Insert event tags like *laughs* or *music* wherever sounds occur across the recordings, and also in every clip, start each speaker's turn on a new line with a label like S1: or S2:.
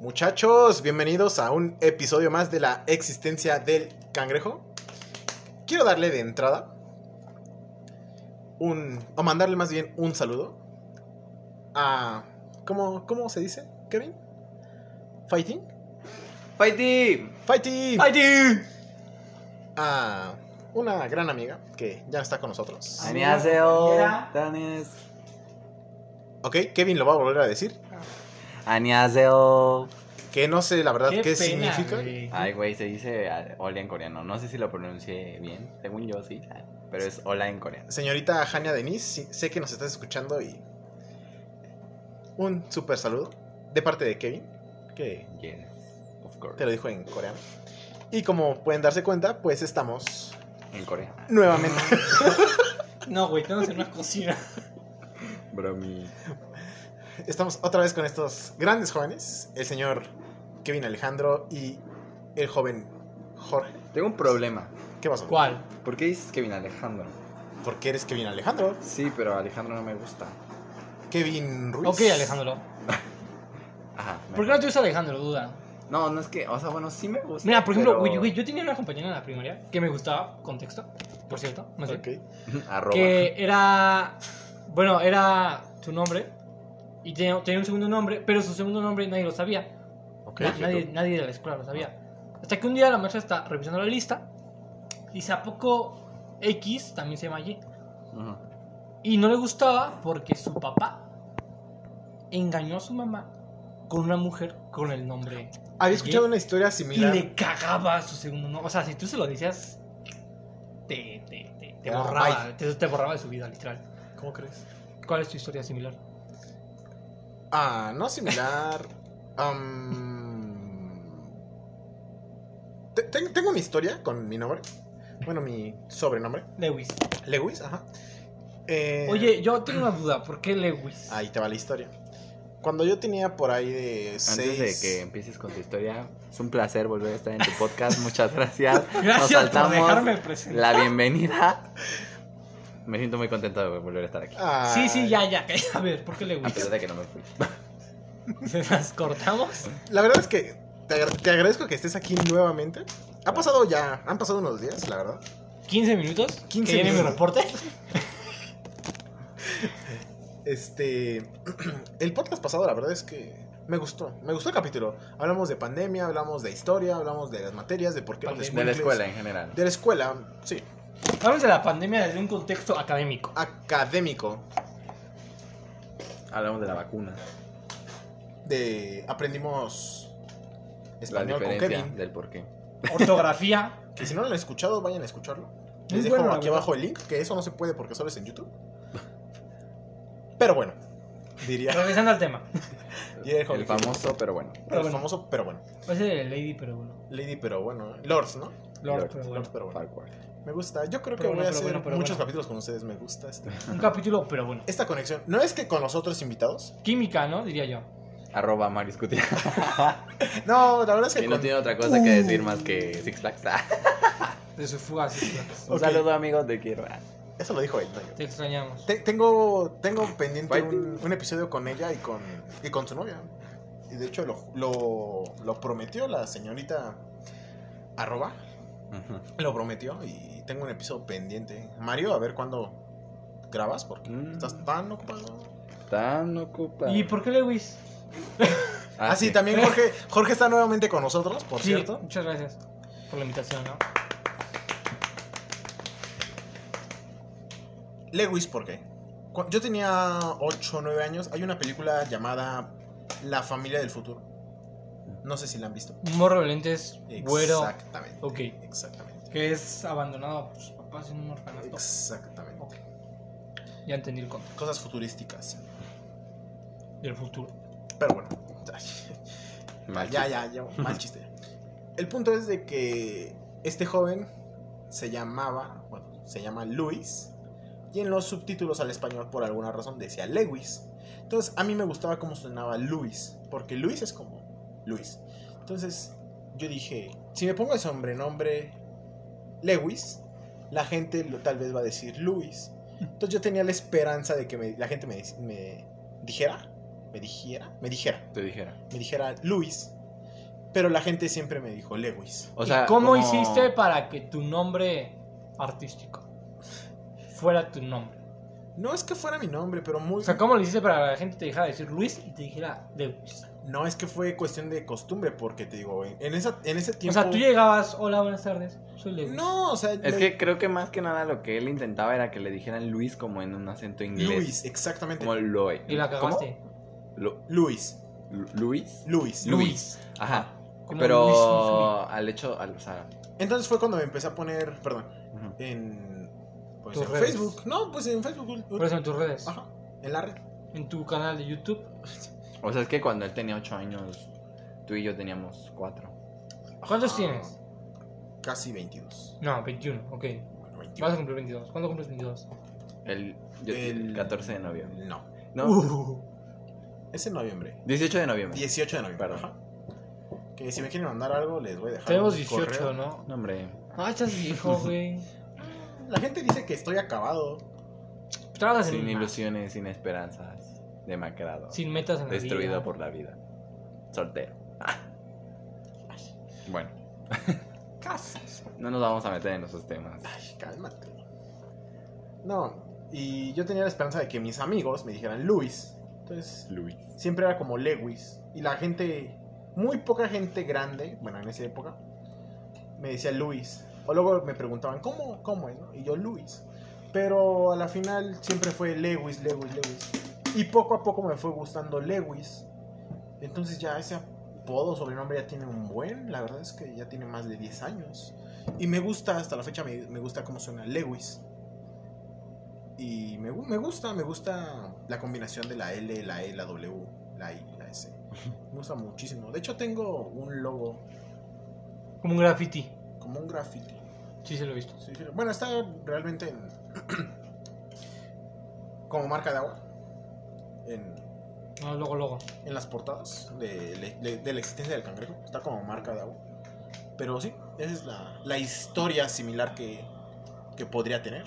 S1: Muchachos, bienvenidos a un episodio más de la existencia del cangrejo. Quiero darle de entrada un. o mandarle más bien un saludo a. ¿Cómo, cómo se dice, Kevin? ¿Fighting?
S2: Fighty.
S1: ¡Fighting!
S2: Fighty.
S1: A una gran amiga que ya está con nosotros.
S2: 안녕하세요.
S3: 얘들아.
S2: 다니스.
S1: Ok, Kevin lo va a volver a decir.
S2: 안녕하세요.
S1: Que no sé la verdad qué,
S3: pena,
S1: significa.
S3: güey.
S2: Ay, güey, se dice ah, hola en coreano. No sé si lo pronuncié bien. Según yo, sí. ah, Pero es hola en coreano.
S1: Señorita Hania Denise, sí, sé que nos estás escuchando y un súper saludo de parte de Kevin, que
S2: Yes, of
S1: te
S2: course.
S1: lo dijo en coreano. Y como pueden darse cuenta, pues estamos
S2: En coreano.
S1: nuevamente.
S3: *laughs* No, güey, tengo que hacer más
S1: *laughs*
S3: cocina.
S2: Bromi.
S1: Estamos otra vez con estos grandes jóvenes, el señor Kevin Alejandro y el joven Jorge.
S2: Tengo un problema.
S1: ¿Qué pasó?
S3: ¿Cuál?
S2: ¿Por qué dices Kevin Alejandro?
S1: ¿Por qué eres Kevin Alejandro?
S2: Sí, pero Alejandro no me gusta.
S1: Kevin Ruiz.
S3: Ok, Alejandro.
S2: Ajá.
S3: ¿Por qué no te gusta Alejandro, duda?
S2: No, no es que. O sea, bueno, sí me gusta.
S3: Mira, por ejemplo,
S2: pero-
S3: güey, güey, yo tenía una compañera en la primaria que me gustaba, contexto, por cierto, más bien,
S1: Ok.
S2: *laughs* Arroba.
S3: que era, bueno, era su nombre y tenía, tenía un segundo nombre, pero su segundo nombre nadie lo sabía.
S1: ok.
S3: Na- nadie, nadie de la escuela lo sabía. Hasta que un día la maestra está revisando la lista y dice, ¿a poco X también se llama Y?
S2: Ujú.
S3: Y no le gustaba porque su papá engañó a su mamá con una mujer con el nombre.
S1: Había escuchado una historia
S3: Y
S1: similar.
S3: le cagaba su segundo nombre. O sea, si tú se lo decías, te, te, te, te
S1: Ah,
S3: borraba. Te, te borraba de su vida, literal.
S1: ¿Cómo crees?
S3: ¿Cuál es tu historia similar?
S1: Ah, no similar. *laughs* Am, te- ten- tengo mi historia con mi nombre. Bueno, mi sobrenombre.
S3: Lewis.
S1: Lewis, ajá. Eh,
S3: Oye, yo tengo una duda. ¿Por qué Lewis? *laughs*
S1: Ahí te va la historia. Cuando yo tenía por ahí de
S2: Antes
S1: seis...
S2: de que empieces con tu historia, es un placer volver a estar en tu podcast. Muchas gracias. Nos
S3: *laughs* Gracias por
S2: saltamos
S3: dejarme presentar.
S2: la bienvenida. Me siento muy contento de volver a estar aquí.
S1: Ah,
S3: Sí, sí, ya, ya. A ver, ¿por qué
S2: A pesar
S3: Lewis?
S2: de que no me fui.
S3: ¿Se las cortamos?
S1: La verdad es que te, agra- te agradezco que estés aquí nuevamente. Ha pasado ya... Han pasado unos días, la verdad.
S3: ¿15 minutos?
S1: 15
S3: ¿Que viene mi
S1: minutos.
S3: reporte?
S1: Este. *clears throat* El podcast pasado, la verdad es que me gustó. Me gustó el capítulo. Hablamos de pandemia, hablamos de historia, hablamos de las materias, de por qué los
S3: Pandemia.
S2: De la
S1: escuincles-
S2: escuela en general.
S1: De la escuela, sí.
S3: Hablamos de la pandemia desde un contexto académico.
S1: Académico.
S2: Hablamos de la vacuna.
S1: De. Aprendimos.
S2: La
S1: Español con
S2: diferencia
S1: Kevin.
S2: del porqué.
S3: Ortografía.
S1: Que si no lo han escuchado, vayan a escucharlo.
S3: Muy
S1: Les dejo
S3: bueno, la
S1: aquí
S3: verdad.
S1: abajo el link, que eso no se puede porque solo es en YouTube. Pero bueno, diría.
S3: Regresando al tema.
S1: Diría
S2: El famoso, pero bueno.
S3: *laughs* Pero
S1: el
S3: bueno.
S1: famoso, pero bueno.
S3: Parece de Lady, pero bueno.
S1: Lady, pero bueno. Lords, ¿no?
S3: Lord,
S2: Lord,
S3: pero bueno.
S1: Lords, pero bueno.
S2: Farquhar.
S1: Me gusta. Yo creo que
S3: Pero
S1: voy
S3: bueno,
S1: a
S3: pero
S1: hacer
S3: bueno, pero
S1: muchos
S3: bueno.
S1: capítulos con ustedes. Me gusta este-
S3: Un capítulo, pero bueno.
S1: esta conexión. No es que con los otros invitados.
S3: Química, ¿no? Diría yo.
S2: Arroba Marius
S1: *laughs*
S2: Cutia.
S1: No, la verdad es que
S2: Que no
S1: con-
S2: tiene otra cosa que decir más que Six Flags. Ah,
S3: De su
S2: *laughs*
S3: fuga, sí, sí, sí.
S2: Un
S1: Ok.
S2: saludo, amigos. Te quiero. Ah,
S1: eso lo dijo él. no yo.
S3: Te extrañamos.
S1: Te- tengo, tengo pendiente
S2: Fighting.
S1: un, un episodio con ella y con, y con su novia. Y de hecho lo, lo, lo prometió la señorita arroba.
S2: ujú.
S1: Lo prometió y tengo un episodio pendiente. Mario, a ver cuándo grabas porque
S2: Mm.
S1: estás tan ocupado.
S2: Tan ocupado.
S3: ¿Y por qué Lewis?
S1: Ah, sí, también Jorge, Jorge está nuevamente con nosotros, por
S3: Sí,
S1: cierto.
S3: Muchas gracias por la invitación, ¿no?
S1: Lewis, ¿por qué? Cu- Yo tenía 8 o 9 años. Hay una película llamada La familia del futuro. No sé si la han visto.
S3: Un morro de lentes, güero,
S1: Exactamente.
S3: ok.
S1: Exactamente.
S3: que es abandonado por sus papás en un orfanato.
S1: Exactamente.
S3: Ok. Ya entendí el contexto
S1: Cosas futurísticas.
S3: del futuro.
S1: Pero bueno.
S2: Mal
S1: Ya, ya, ya. Mal chiste. El punto es de que este joven se llamaba, bueno, se llama Luis. Y en los subtítulos al español, por alguna razón, decía Lewis. Entonces, a mí me gustaba cómo sonaba Luis. Porque Luis es como Luis. Entonces, yo dije, si me pongo el sobrenombre Lewis, la gente lo, tal vez va a decir Luis. Entonces, yo tenía la esperanza de que me- la gente me, dic- me dijera, me dijera, me dijera,
S2: Te dijera.
S1: me dijera Luis. pero la gente siempre me dijo Lewis.
S2: O sea,
S3: ¿Y cómo
S2: como-
S3: hiciste para que tu nombre artístico fuera tu nombre?
S1: No es que fuera mi nombre, pero muy...
S3: O sea, ¿cómo lo hiciste para que la gente te dejara decir Luis y te dijera Lewis?
S1: No, es que fue cuestión de costumbre, porque te digo, en, en esa, en ese
S3: O
S1: tiempo...
S3: sea, tú llegabas, hola, buenas tardes, soy Lewis.
S1: No, o sea...
S2: Es
S1: le-
S2: que creo que más que nada lo que él intentaba era que le dijeran Luis como en un acento inglés.
S1: Luis, exactamente.
S2: Como Loy.
S3: Y la cagaste.
S2: ¿Cómo? Lu-
S1: Luis,
S2: Lu- Luis.
S1: Luis,
S2: Luis. Ajá. Pero
S3: Ah, Luis, Luis, Luis.
S2: al hecho, al, o sea,
S1: Entonces fue cuando me empecé a poner, perdón,
S2: ujú.
S1: en... Pues
S3: Tus
S1: en
S3: redes.
S1: Facebook. No, pues en Facebook.
S3: Por eso en tus redes,
S1: Ajá, en la red.
S3: en tu canal de YouTube.
S2: o sea, es que cuando él tenía ocho años, tú y yo teníamos cuatro.
S3: ¿Cuántos
S1: Ah,
S3: tienes?
S1: Casi 22.
S3: No, 21, ok.
S1: Bueno,
S3: Vas a
S1: 21.
S3: cumplir 22. ¿Cuándo cumples 22?
S2: El, yo-
S1: El- Uh.
S2: 14 de noviembre.
S1: No.
S2: No,
S1: Es en noviembre.
S2: 18 de noviembre.
S1: 18 de noviembre.
S2: Perdón.
S1: Ajá. Que si me quieren mandar algo, les voy a dejar.
S3: Tenemos
S1: un
S3: 18,
S1: correo.
S3: ¿no?
S2: No, hombre.
S3: Ah,
S2: *laughs*
S3: estás viejo, güey.
S1: La gente dice que estoy acabado.
S3: Trabajas en
S2: Sin
S3: una-
S2: ilusiones, sin esperanzas. Demacrado.
S3: Sin metas en la
S2: destruido
S3: vida.
S2: por la vida. Soltero. Ah. Bueno,
S1: Casas.
S2: no nos vamos a meter en esos temas.
S1: Ay, cálmate. No, y yo tenía la esperanza de que mis amigos me dijeran Luis. Entonces,
S2: Luis.
S1: siempre era como Lewis. Y la gente, muy poca gente grande, bueno, en esa época, me decía Luis. O luego me preguntaban, ¿cómo, cómo es? no? Y yo, Luis. Pero a la final siempre fue Lewis, Lewis, Lewis. Y poco a poco me fue gustando Lewis. Entonces ya ese apodo, sobrenombre ya tiene un buen. La verdad es que ya tiene más de 10 años. Y me gusta, hasta la fecha me, me gusta cómo suena Lewis. Y me, gu- me gusta, me gusta la combinación de la L, la E, la W, la I, la S. Me gusta muchísimo. De hecho tengo un logo,
S3: Como un graffiti.
S1: como un graffiti.
S3: Sí, se lo he visto.
S1: Sí, sí. Bueno, está realmente en- *clears throat* como marca de agua en,
S3: No, luego, luego.
S1: en las portadas de, de- de la existencia del cangrejo. Está como marca de agua. Pero sí, esa es la, la historia similar que, que podría tener.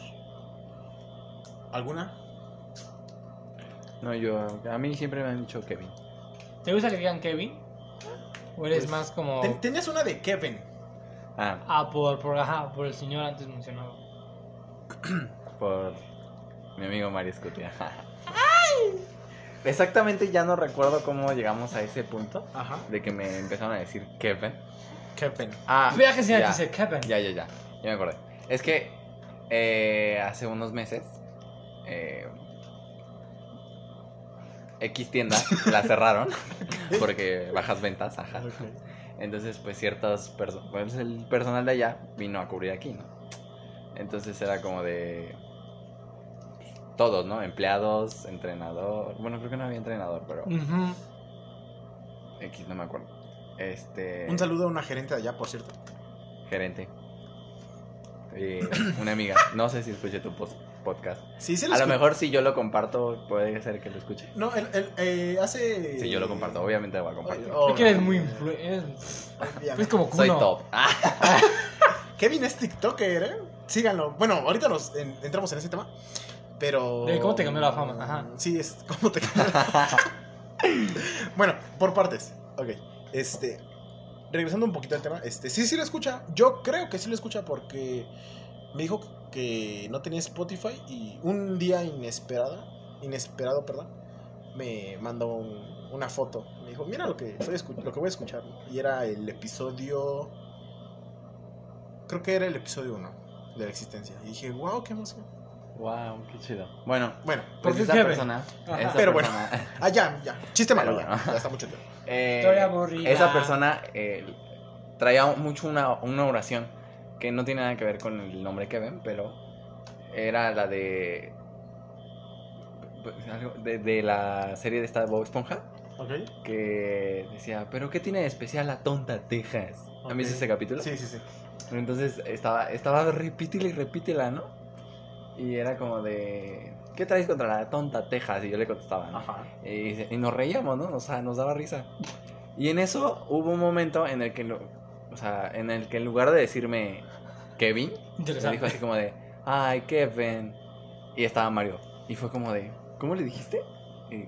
S1: ¿Alguna?
S2: No, yo. A mí siempre me han dicho Kevin.
S3: ¿Te gusta que digan Kevin? ¿O eres
S1: Pues,
S3: más como...
S1: Ten- tenías una de Kevin.
S2: Ah,
S3: Ah, por, por, ajá, por el señor antes mencionado.
S2: por mi amigo Mario Escutia. Exactamente, ya no recuerdo cómo llegamos a ese punto
S1: Ajá.
S2: de que me empezaron a decir Kevin.
S1: Kevin.
S2: Ah,
S3: Vea que señal
S2: ya.
S3: que dice Kevin.
S2: Ya, ya, ya. Ya me acordé. Es que eh, hace unos meses. eh, X tienda la cerraron porque bajas ventas, ajá. Entonces, pues ciertas personas. Pues el personal de allá vino a cubrir aquí, ¿no? Entonces era como de. Todos, ¿no? Empleados, entrenador. Bueno, creo que no había entrenador, pero.
S3: Ujú.
S2: X, no me acuerdo. Este.
S1: Un saludo a una gerente de allá, por cierto.
S2: gerente. Eh, una amiga. No sé si escuché tu pos- podcast.
S1: Sí, se
S2: A lo mejor si yo lo comparto, puede ser que lo escuche.
S1: No, él, él, eh, hace...
S2: Si yo lo comparto, obviamente lo voy a compartir.
S1: Oh,
S3: Es que eres
S1: no.
S3: muy influ- eres-
S1: Obviamente.
S3: Es como Kuno.
S2: Soy top. Ah,
S1: Kevin es TikToker, ¿eh? Síganlo. Bueno, ahorita nos en- entramos en ese tema. Pero. Mm,
S3: De cómo te cambió la fama, ajá.
S1: Sí, es cómo te cambió la
S3: *laughs*
S1: fama. bueno, por partes. Ok. Este. Regresando un poquito al tema. Este. Sí, sí lo escucha. Yo creo que sí lo escucha porque. Me dijo que no tenía Spotify. Y un día inesperada. Inesperado, perdón. Me mandó un- una foto. Me dijo, mira lo que, estoy escu- lo que voy a escuchar. Y era el episodio. Creo que era el episodio 1 de la existencia. Y dije, wow, qué emoción.
S2: wow, qué chido. Bueno,
S1: Bueno,
S2: pues
S3: qué
S2: esa
S3: Kevin?
S2: persona.
S3: Ajá.
S2: esa
S1: Pero bueno. *laughs*
S2: persona-
S1: ah, ya, ya. Chiste malo,
S2: Pero
S1: ya.
S2: bueno.
S1: Ya está mucho tiempo.
S2: eh,
S3: Estoy aburrida.
S2: Esa persona eh, traía mucho una, una oración que no tiene nada que ver con el nombre que ven, pero era la de. pues, algo- De, de la serie de esta Bob Esponja.
S1: ¿Ok?
S2: que decía, pero ¿qué tiene de especial la tonta Texas? ¿A mí
S1: Ok.
S2: ese capítulo?
S1: Sí, sí, sí.
S2: Entonces estaba, estaba repítela y repítela, ¿no? Y era como de, ¿qué traes contra la tonta Texas? Y yo le contestaba, ¿no?
S1: Ajá.
S2: Y, dice- y nos reíamos, ¿no? O sea, nos daba risa. Y en eso hubo un momento en el que, lo- o sea, en el que en lugar de decirme Kevin, me dijo
S3: Interesante.
S2: así como de, ay, Kevin. Y estaba Mario. Y fue como de, ¿cómo le dijiste? Y,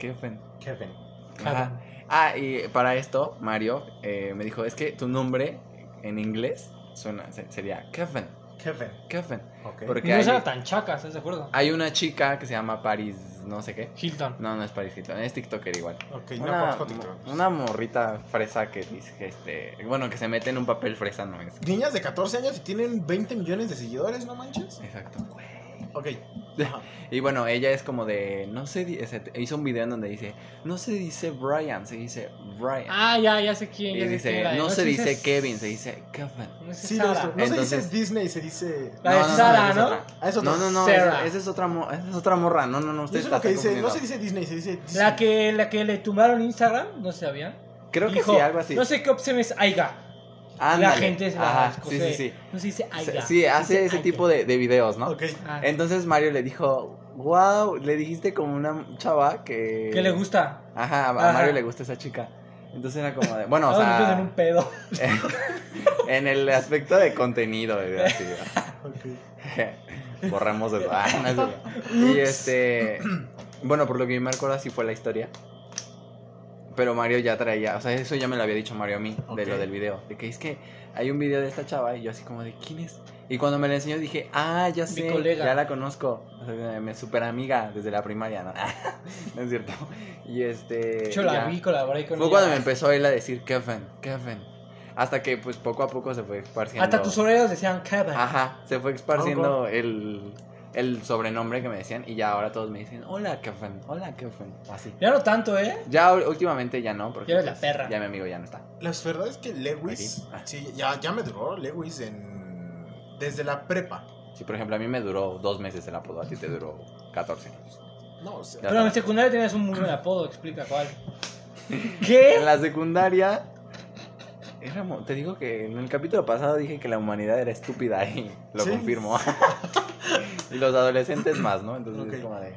S2: Kevin.
S1: Kevin.
S3: *laughs*
S2: Ajá. Ah, y para esto, Mario eh, me dijo, es que tu nombre en inglés suena, se- sería Kevin.
S1: Kevin.
S2: Kevin.
S1: Ok.
S2: Porque
S3: No
S2: hay,
S3: será tan chaca, ¿estás de acuerdo?
S2: hay una chica que se llama Paris, no sé qué.
S3: Hilton.
S2: No, no es Paris Hilton, es TikToker igual.
S1: Ok, no
S2: Una,
S1: conozco TikTok.
S2: una morrita fresa que dice que este. Bueno, que se mete en un papel fresa no es.
S1: Niñas de 14 años y tienen 20 millones de seguidores, ¿no manches?
S2: Exacto.
S1: Ok. Ajá.
S2: Y bueno, ella es como de. No se di- ese- hizo un video en donde dice. No se dice Brian, se dice Brian.
S3: Ah, ya, ya sé quién.
S2: y
S3: ya sé quién
S2: dice.
S3: era.
S2: No se dice
S3: dices-
S2: Kevin, se dice Kevin.
S3: No es
S1: Sí, no,
S3: Sara.
S1: no se
S2: Entonces-
S1: dice Disney, se dice.
S3: La de
S2: No, no, no,
S3: Sara,
S2: esa es
S3: ¿no?
S2: otra.
S1: Ah, es otra.
S2: No, no, no,
S3: Sarah.
S2: esa, esa es otra mo- esa es otra morra. No, no, no,
S1: Yo
S2: ustedes
S1: sé lo
S2: la
S1: que
S2: están
S1: dice. No se
S2: confundiendo.
S1: dice Disney, se dice Disney.
S3: La que, la que le tumbaron Instagram, no sabían.
S2: Creo que
S3: Dijo,
S2: sí, algo así.
S3: No sé qué opciones haya.
S2: Ándale.
S3: La gente se la
S2: Ajá, sí, sí,
S3: escoce.
S2: sí.
S3: No se dice Ah,
S2: Se-
S3: haya.
S2: Sí, hace ese tipo de, de videos, ¿no?
S1: Ok.
S2: Entonces Mario le dijo, wow, le dijiste como una chava que...
S3: Que le gusta.
S2: Ajá, a a
S3: Ajá.
S2: Mario le gusta esa chica. Entonces era como de, bueno, o
S3: Ahora me puse en
S2: sea,
S3: un pedo.
S2: *laughs* en el aspecto de contenido, de así,
S1: ok.
S2: ¿no? *laughs* borramos eso. Ah, no es cierto. y este, bueno, por lo que yo me acuerdo así fue la historia. Pero Mario ya traía, o sea, eso ya me lo había dicho Mario a mí, de lo
S1: Ok.
S2: del video. De que es que hay un video de esta chava y yo así como de, ¿quién es? Y cuando me la enseñó dije, ah, ya sé,
S3: colega.
S2: ya la conozco. O sea, me super amiga desde la primaria, ¿no? *laughs* no es cierto. Y este...
S3: Yo la
S2: ya.
S3: vi, colaboré con
S2: Fue
S3: ella.
S2: cuando me empezó él a decir Kevin, Kevin. Hasta que pues poco a poco se fue esparciendo.
S3: Hasta tus obreros decían Kevin.
S2: Ajá, se fue
S3: Oh,
S2: esparciendo el, el sobrenombre que me decían y ya ahora todos me dicen, hola Kevin, hola Kevin, o así.
S3: Ya no tanto, ¿eh?
S2: Ya ú- últimamente ya no, porque
S3: Ya eres la
S2: pues,
S3: perra.
S2: ya mi amigo ya no está.
S1: La verdad es que Lewis.
S2: Aquí. Ah.
S1: Sí, ya, ya me duró Lewis en. Desde la prepa.
S2: Sí, por ejemplo, a mí me duró dos meses el apodo, a ti te duró 14 años.
S1: No, o sea.
S2: Ya.
S3: Pero en secundaria tenías un muy buen apodo, explica
S2: *laughs*
S3: cuál. ¿Qué?
S2: En la secundaria, éramos- te digo que en el capítulo pasado dije que la humanidad era estúpida y lo
S1: Sí. *laughs*
S2: confirmo. y los adolescentes más, ¿no? Entonces
S1: Ok.
S2: es como de...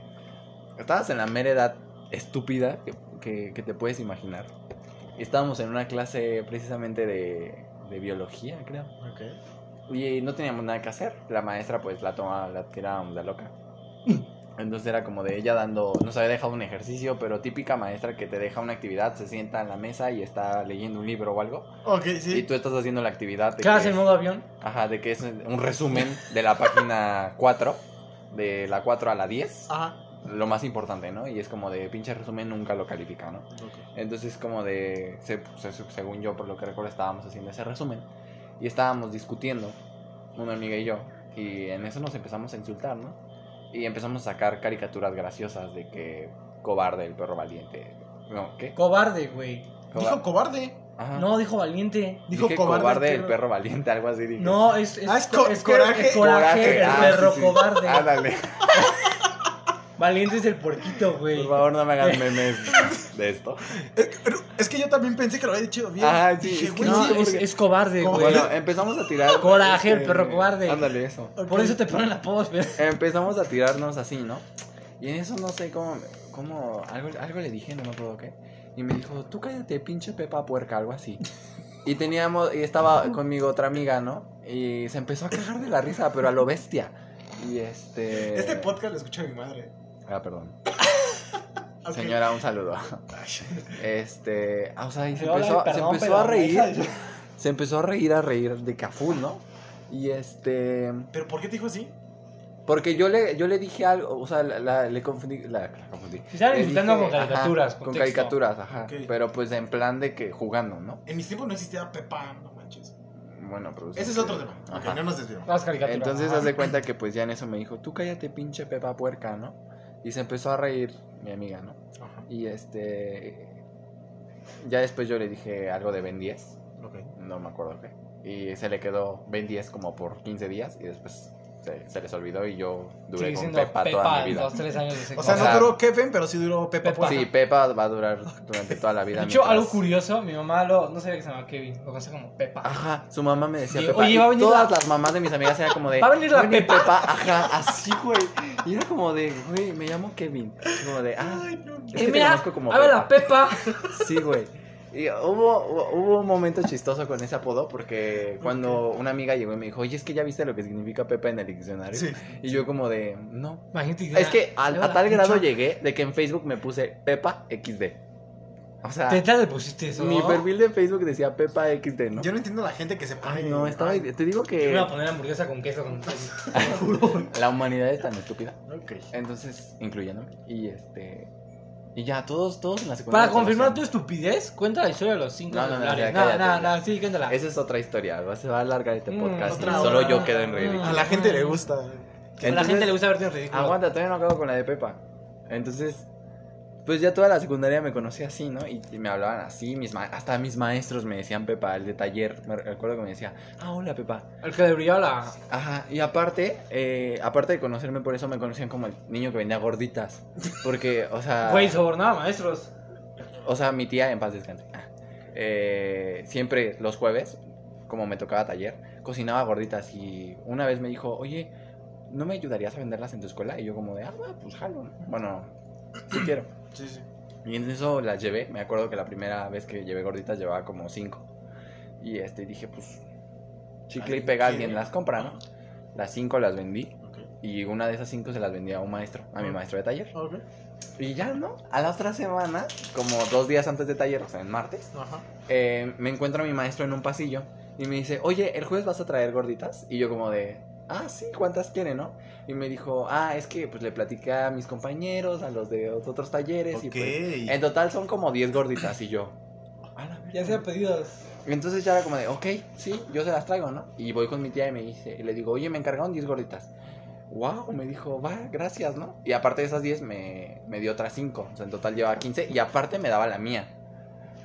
S2: Estabas en la mera edad estúpida que, que- que te puedes imaginar. Y estábamos en una clase precisamente de, de biología, creo.
S1: Ok.
S2: Y no teníamos nada que hacer. La maestra pues la tomaba, la tirábamos de
S3: *clears throat*
S2: loca. Entonces era como de ella dando, nos había dejado un ejercicio, pero típica maestra que te deja una actividad, se sienta en la mesa y está leyendo un libro o algo.
S1: Ok,
S2: Y
S1: sí.
S2: tú estás haciendo la actividad. De
S3: Clase
S2: que
S3: en
S2: es-
S3: modo avión.
S2: Ajá, de que es un resumen de la página *laughs* 4, de la 4 a la
S3: Ah.
S2: 10.
S1: Ajá.
S2: Lo más importante, ¿no? Y es como de pinche resumen nunca lo califica, ¿no?
S1: Ok.
S2: Entonces, como de. se- se- según yo, por lo que recuerdo, estábamos haciendo ese resumen. Y estábamos discutiendo, una amiga y yo. Y en eso nos empezamos a insultar, ¿no? Y empezamos a sacar caricaturas graciosas de que. Cobarde, el perro valiente. No, ¿qué?
S3: Cobarde, güey.
S1: Dijo cobarde.
S2: Ajá.
S3: No, dijo valiente.
S1: Dijo
S2: Dije
S1: cobarde,
S2: cobarde, el perro valiente, algo así. dije.
S3: No, es, es,
S1: Ah, es co-
S3: es
S1: coraje.
S3: es coraje, el
S2: ah,
S3: perro
S2: sí, sí.
S3: cobarde.
S2: Ándale.
S3: Valiente es el puerquito, güey.
S2: Por favor, no me
S3: *laughs*
S2: hagan memes de esto.
S1: Es que, es que yo también pensé que lo había dicho bien.
S2: Ah, sí,
S1: Dije,
S2: es que
S1: güey,
S3: No,
S1: sí,
S3: es,
S1: porque-
S3: es cobarde,
S1: Como-
S3: güey.
S2: Bueno, empezamos a tirar. este,
S3: Coraje, el perro cobarde.
S2: Ándale, eso.
S1: ok.
S3: Por eso te ponen apodos, pero...
S2: Empezamos a tirarnos así, ¿no? Y en eso no sé cómo. cómo algo, algo le dije, no me acuerdo qué. Y me dijo, tú cállate, pinche pepa puerca, algo así. Y teníamos. Y estaba conmigo otra amiga, ¿no? Y se empezó a cagar de la risa, pero a lo bestia. Y este.
S1: Este podcast lo escucha mi madre.
S2: Ah, perdón.
S1: Ok.
S2: Señora, un saludo. *laughs* Este. ah, o sea, y se empezó,
S3: Perdón,
S2: se empezó
S3: pero
S2: a reír.
S3: esa-
S2: Se empezó a reír, a reír de Cafú, ¿no? Y este.
S1: *laughs* ¿Pero por qué te dijo así?
S2: Porque yo le, yo le dije algo, o sea, la, la- le confundí. La, la confundí.
S3: Se estaban
S2: Le
S3: insultando
S2: dije,
S3: con caricaturas,
S2: ajá,
S3: con
S2: Con
S3: texto.
S2: caricaturas, ajá.
S1: Ok.
S2: Pero pues en plan de que jugando, ¿no?
S1: En mis tiempos no existía Pepa, no manches.
S2: Bueno, pero.
S1: Ese es otro tema. Ok,
S2: Ajá.
S1: no nos desviamos.
S3: Las caricaturas.
S2: Entonces
S3: ajá.
S2: haz de cuenta que pues ya en eso me dijo, tú cállate, pinche pepa puerca, ¿no? Y se empezó a reír mi amiga, ¿no?
S1: Ajá.
S2: Y este. Ya después yo le dije algo de Ben 10.
S1: Ok.
S2: No me acuerdo qué. Y se le quedó Ben 10 como por 15 días. Y después se, se les olvidó. Y yo duré
S3: Sigue
S2: con
S3: siendo
S2: Pepa, toda mi vida.
S3: dos, tres años de
S1: O sea,
S2: O
S1: no
S2: sea-
S1: duró Kevin, pero sí duró Pepa. pues.
S3: Pepa.
S1: Puerca.
S2: Sí, Pepa va a durar durante toda la vida.
S3: Pues De hecho,
S2: mientras-
S3: algo curioso, mi mamá lo, no sabía que se llamaba Kevin, lo conocía como Pepa.
S2: Ajá, su mamá me decía
S3: Y-
S2: Pepa.
S3: oye,
S2: y
S3: va a venir
S2: todas
S3: la-
S2: las mamás de mis amigas eran como de.
S3: Va a venir la Pepa.
S2: Ajá, así, güey. Y era como de, güey, me llamo Kevin. Como de, ah,
S1: Ay, no.
S2: este
S3: Eh,
S2: te
S3: mira,
S2: conozco como
S3: a ver la Pepa.
S2: Sí, güey. Y hubo, hubo- hubo un momento chistoso con ese apodo porque cuando una amiga llegó y me dijo, oye, es que ya viste lo que significa Pepa en el diccionario.
S1: Sí.
S2: Y yo como de, no.
S3: Imagínate
S2: Es que al-
S3: le
S2: a,
S3: va la
S2: tal grado
S3: pincha.
S2: llegué de que en Facebook me puse Pepa XD. O sea,
S3: Teta le pusiste eso.
S2: mi perfil de Facebook decía Pepa XD, ¿no?
S1: Yo no entiendo a la gente que se pone.
S2: Ay, no, estaba.
S1: Ay,
S2: Te digo
S3: Yo
S2: *laughs*
S3: me
S2: que
S3: iba a poner hamburguesa con queso con te lo juro.
S2: la humanidad es tan estúpida.
S1: Ok.
S2: Entonces, incluyéndome. Y este. Y ya, todos, todos en la secundaria.
S3: Para confirmar tu
S2: conocían.
S3: estupidez, cuenta la historia de los cinco
S2: No, no, no,
S3: celulares.
S2: ya,
S3: No,
S2: cállate,
S3: no,
S2: ya.
S3: no, sí, cuéntala.
S2: Esa es otra historia. va- Se va a alargar este
S3: Mm,
S2: podcast. y
S1: otra
S2: solo
S1: hora.
S2: yo quedo en ridículo.
S1: A la gente le gusta.
S3: A la gente le gusta verte en ridículo.
S2: Aguanta, todavía no acabo con la de Pepa. Entonces, pues ya toda la secundaria me conocía así, ¿no? Y, y me hablaban así, mis ma- hasta mis maestros me decían Pepa, el de taller, me recuerdo que me decía, ah, hola Pepa.
S3: El que le brillaba la.
S2: Ajá, y aparte, eh, aparte de conocerme por eso, me conocían como el niño que vendía gorditas. Porque, o sea,
S3: *laughs* Güey, sobornaba maestros.
S2: o sea, mi tía en paz descanse. ah, eh, siempre los jueves, como me tocaba taller, cocinaba gorditas y una vez me dijo, oye, ¿no me ayudarías a venderlas en tu escuela? Y yo como de, ah, va, pues jalo. Bueno, sí quiero.
S1: Sí, sí.
S2: Y en eso las llevé. Me acuerdo que la primera vez que llevé gorditas llevaba como cinco. Y este, dije, pues, chicle y
S1: ¿Alguien
S2: pega,
S1: quiere?
S2: alguien las compra, ¿no? Las cinco las vendí.
S1: Ok.
S2: Y una de esas cinco se las vendí a un maestro, a mi
S1: Ah.
S2: maestro de taller.
S1: Ok.
S2: Y ya, ¿no? A la otra semana, como dos días antes de taller, o sea, en martes,
S1: Ajá.
S2: eh, me encuentro a mi maestro en un pasillo y me dice, oye, ¿el jueves vas a traer gorditas? Y yo como de, ah, sí, ¿cuántas quiere, no? Y me dijo, ah, es que pues le platiqué a mis compañeros, a los de otros talleres y
S1: Ok.
S2: pues en total son como 10 gorditas y yo.
S1: Ah,
S2: "A la verga".
S3: Ya sea pedidos.
S2: Entonces ya era como de, ok, sí, yo se las traigo, ¿no? Y voy con mi tía y me dice, y le digo, oye, me encargaron 10 gorditas. Wow, me dijo, va, gracias, ¿no? Y aparte de esas 10 me, me dio otras 5. O sea, en total llevaba 15 y aparte me daba la mía.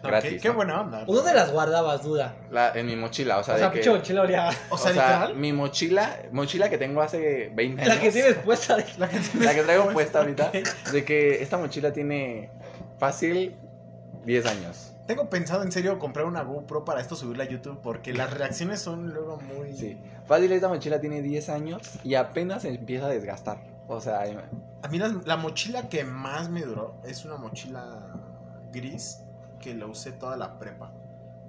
S1: Ok,
S2: Gratis.
S1: Qué
S2: ¿no?
S1: buena onda.
S3: ¿O dónde las guardabas, duda?
S2: La- en mi mochila, o sea,
S3: O sea,
S2: de
S3: pinche
S2: que. *laughs*
S3: mochila oreada.
S1: O
S2: O
S1: sea,
S2: sea,
S1: literal.
S2: mi mochila, mochila que tengo hace 20 años.
S3: La que tienes puesta de.
S1: La que tienes-
S2: La que traigo puesta ahorita. De que esta mochila tiene fácil 10 años.
S1: Tengo pensado en serio comprar una GoPro para esto subirla a YouTube porque las reacciones son luego muy.
S2: Sí. Fácil, esta mochila tiene 10 años y apenas empieza a desgastar. O sea, em-
S1: A mí las- la mochila que más me duró es una mochila gris que la usé toda la prepa.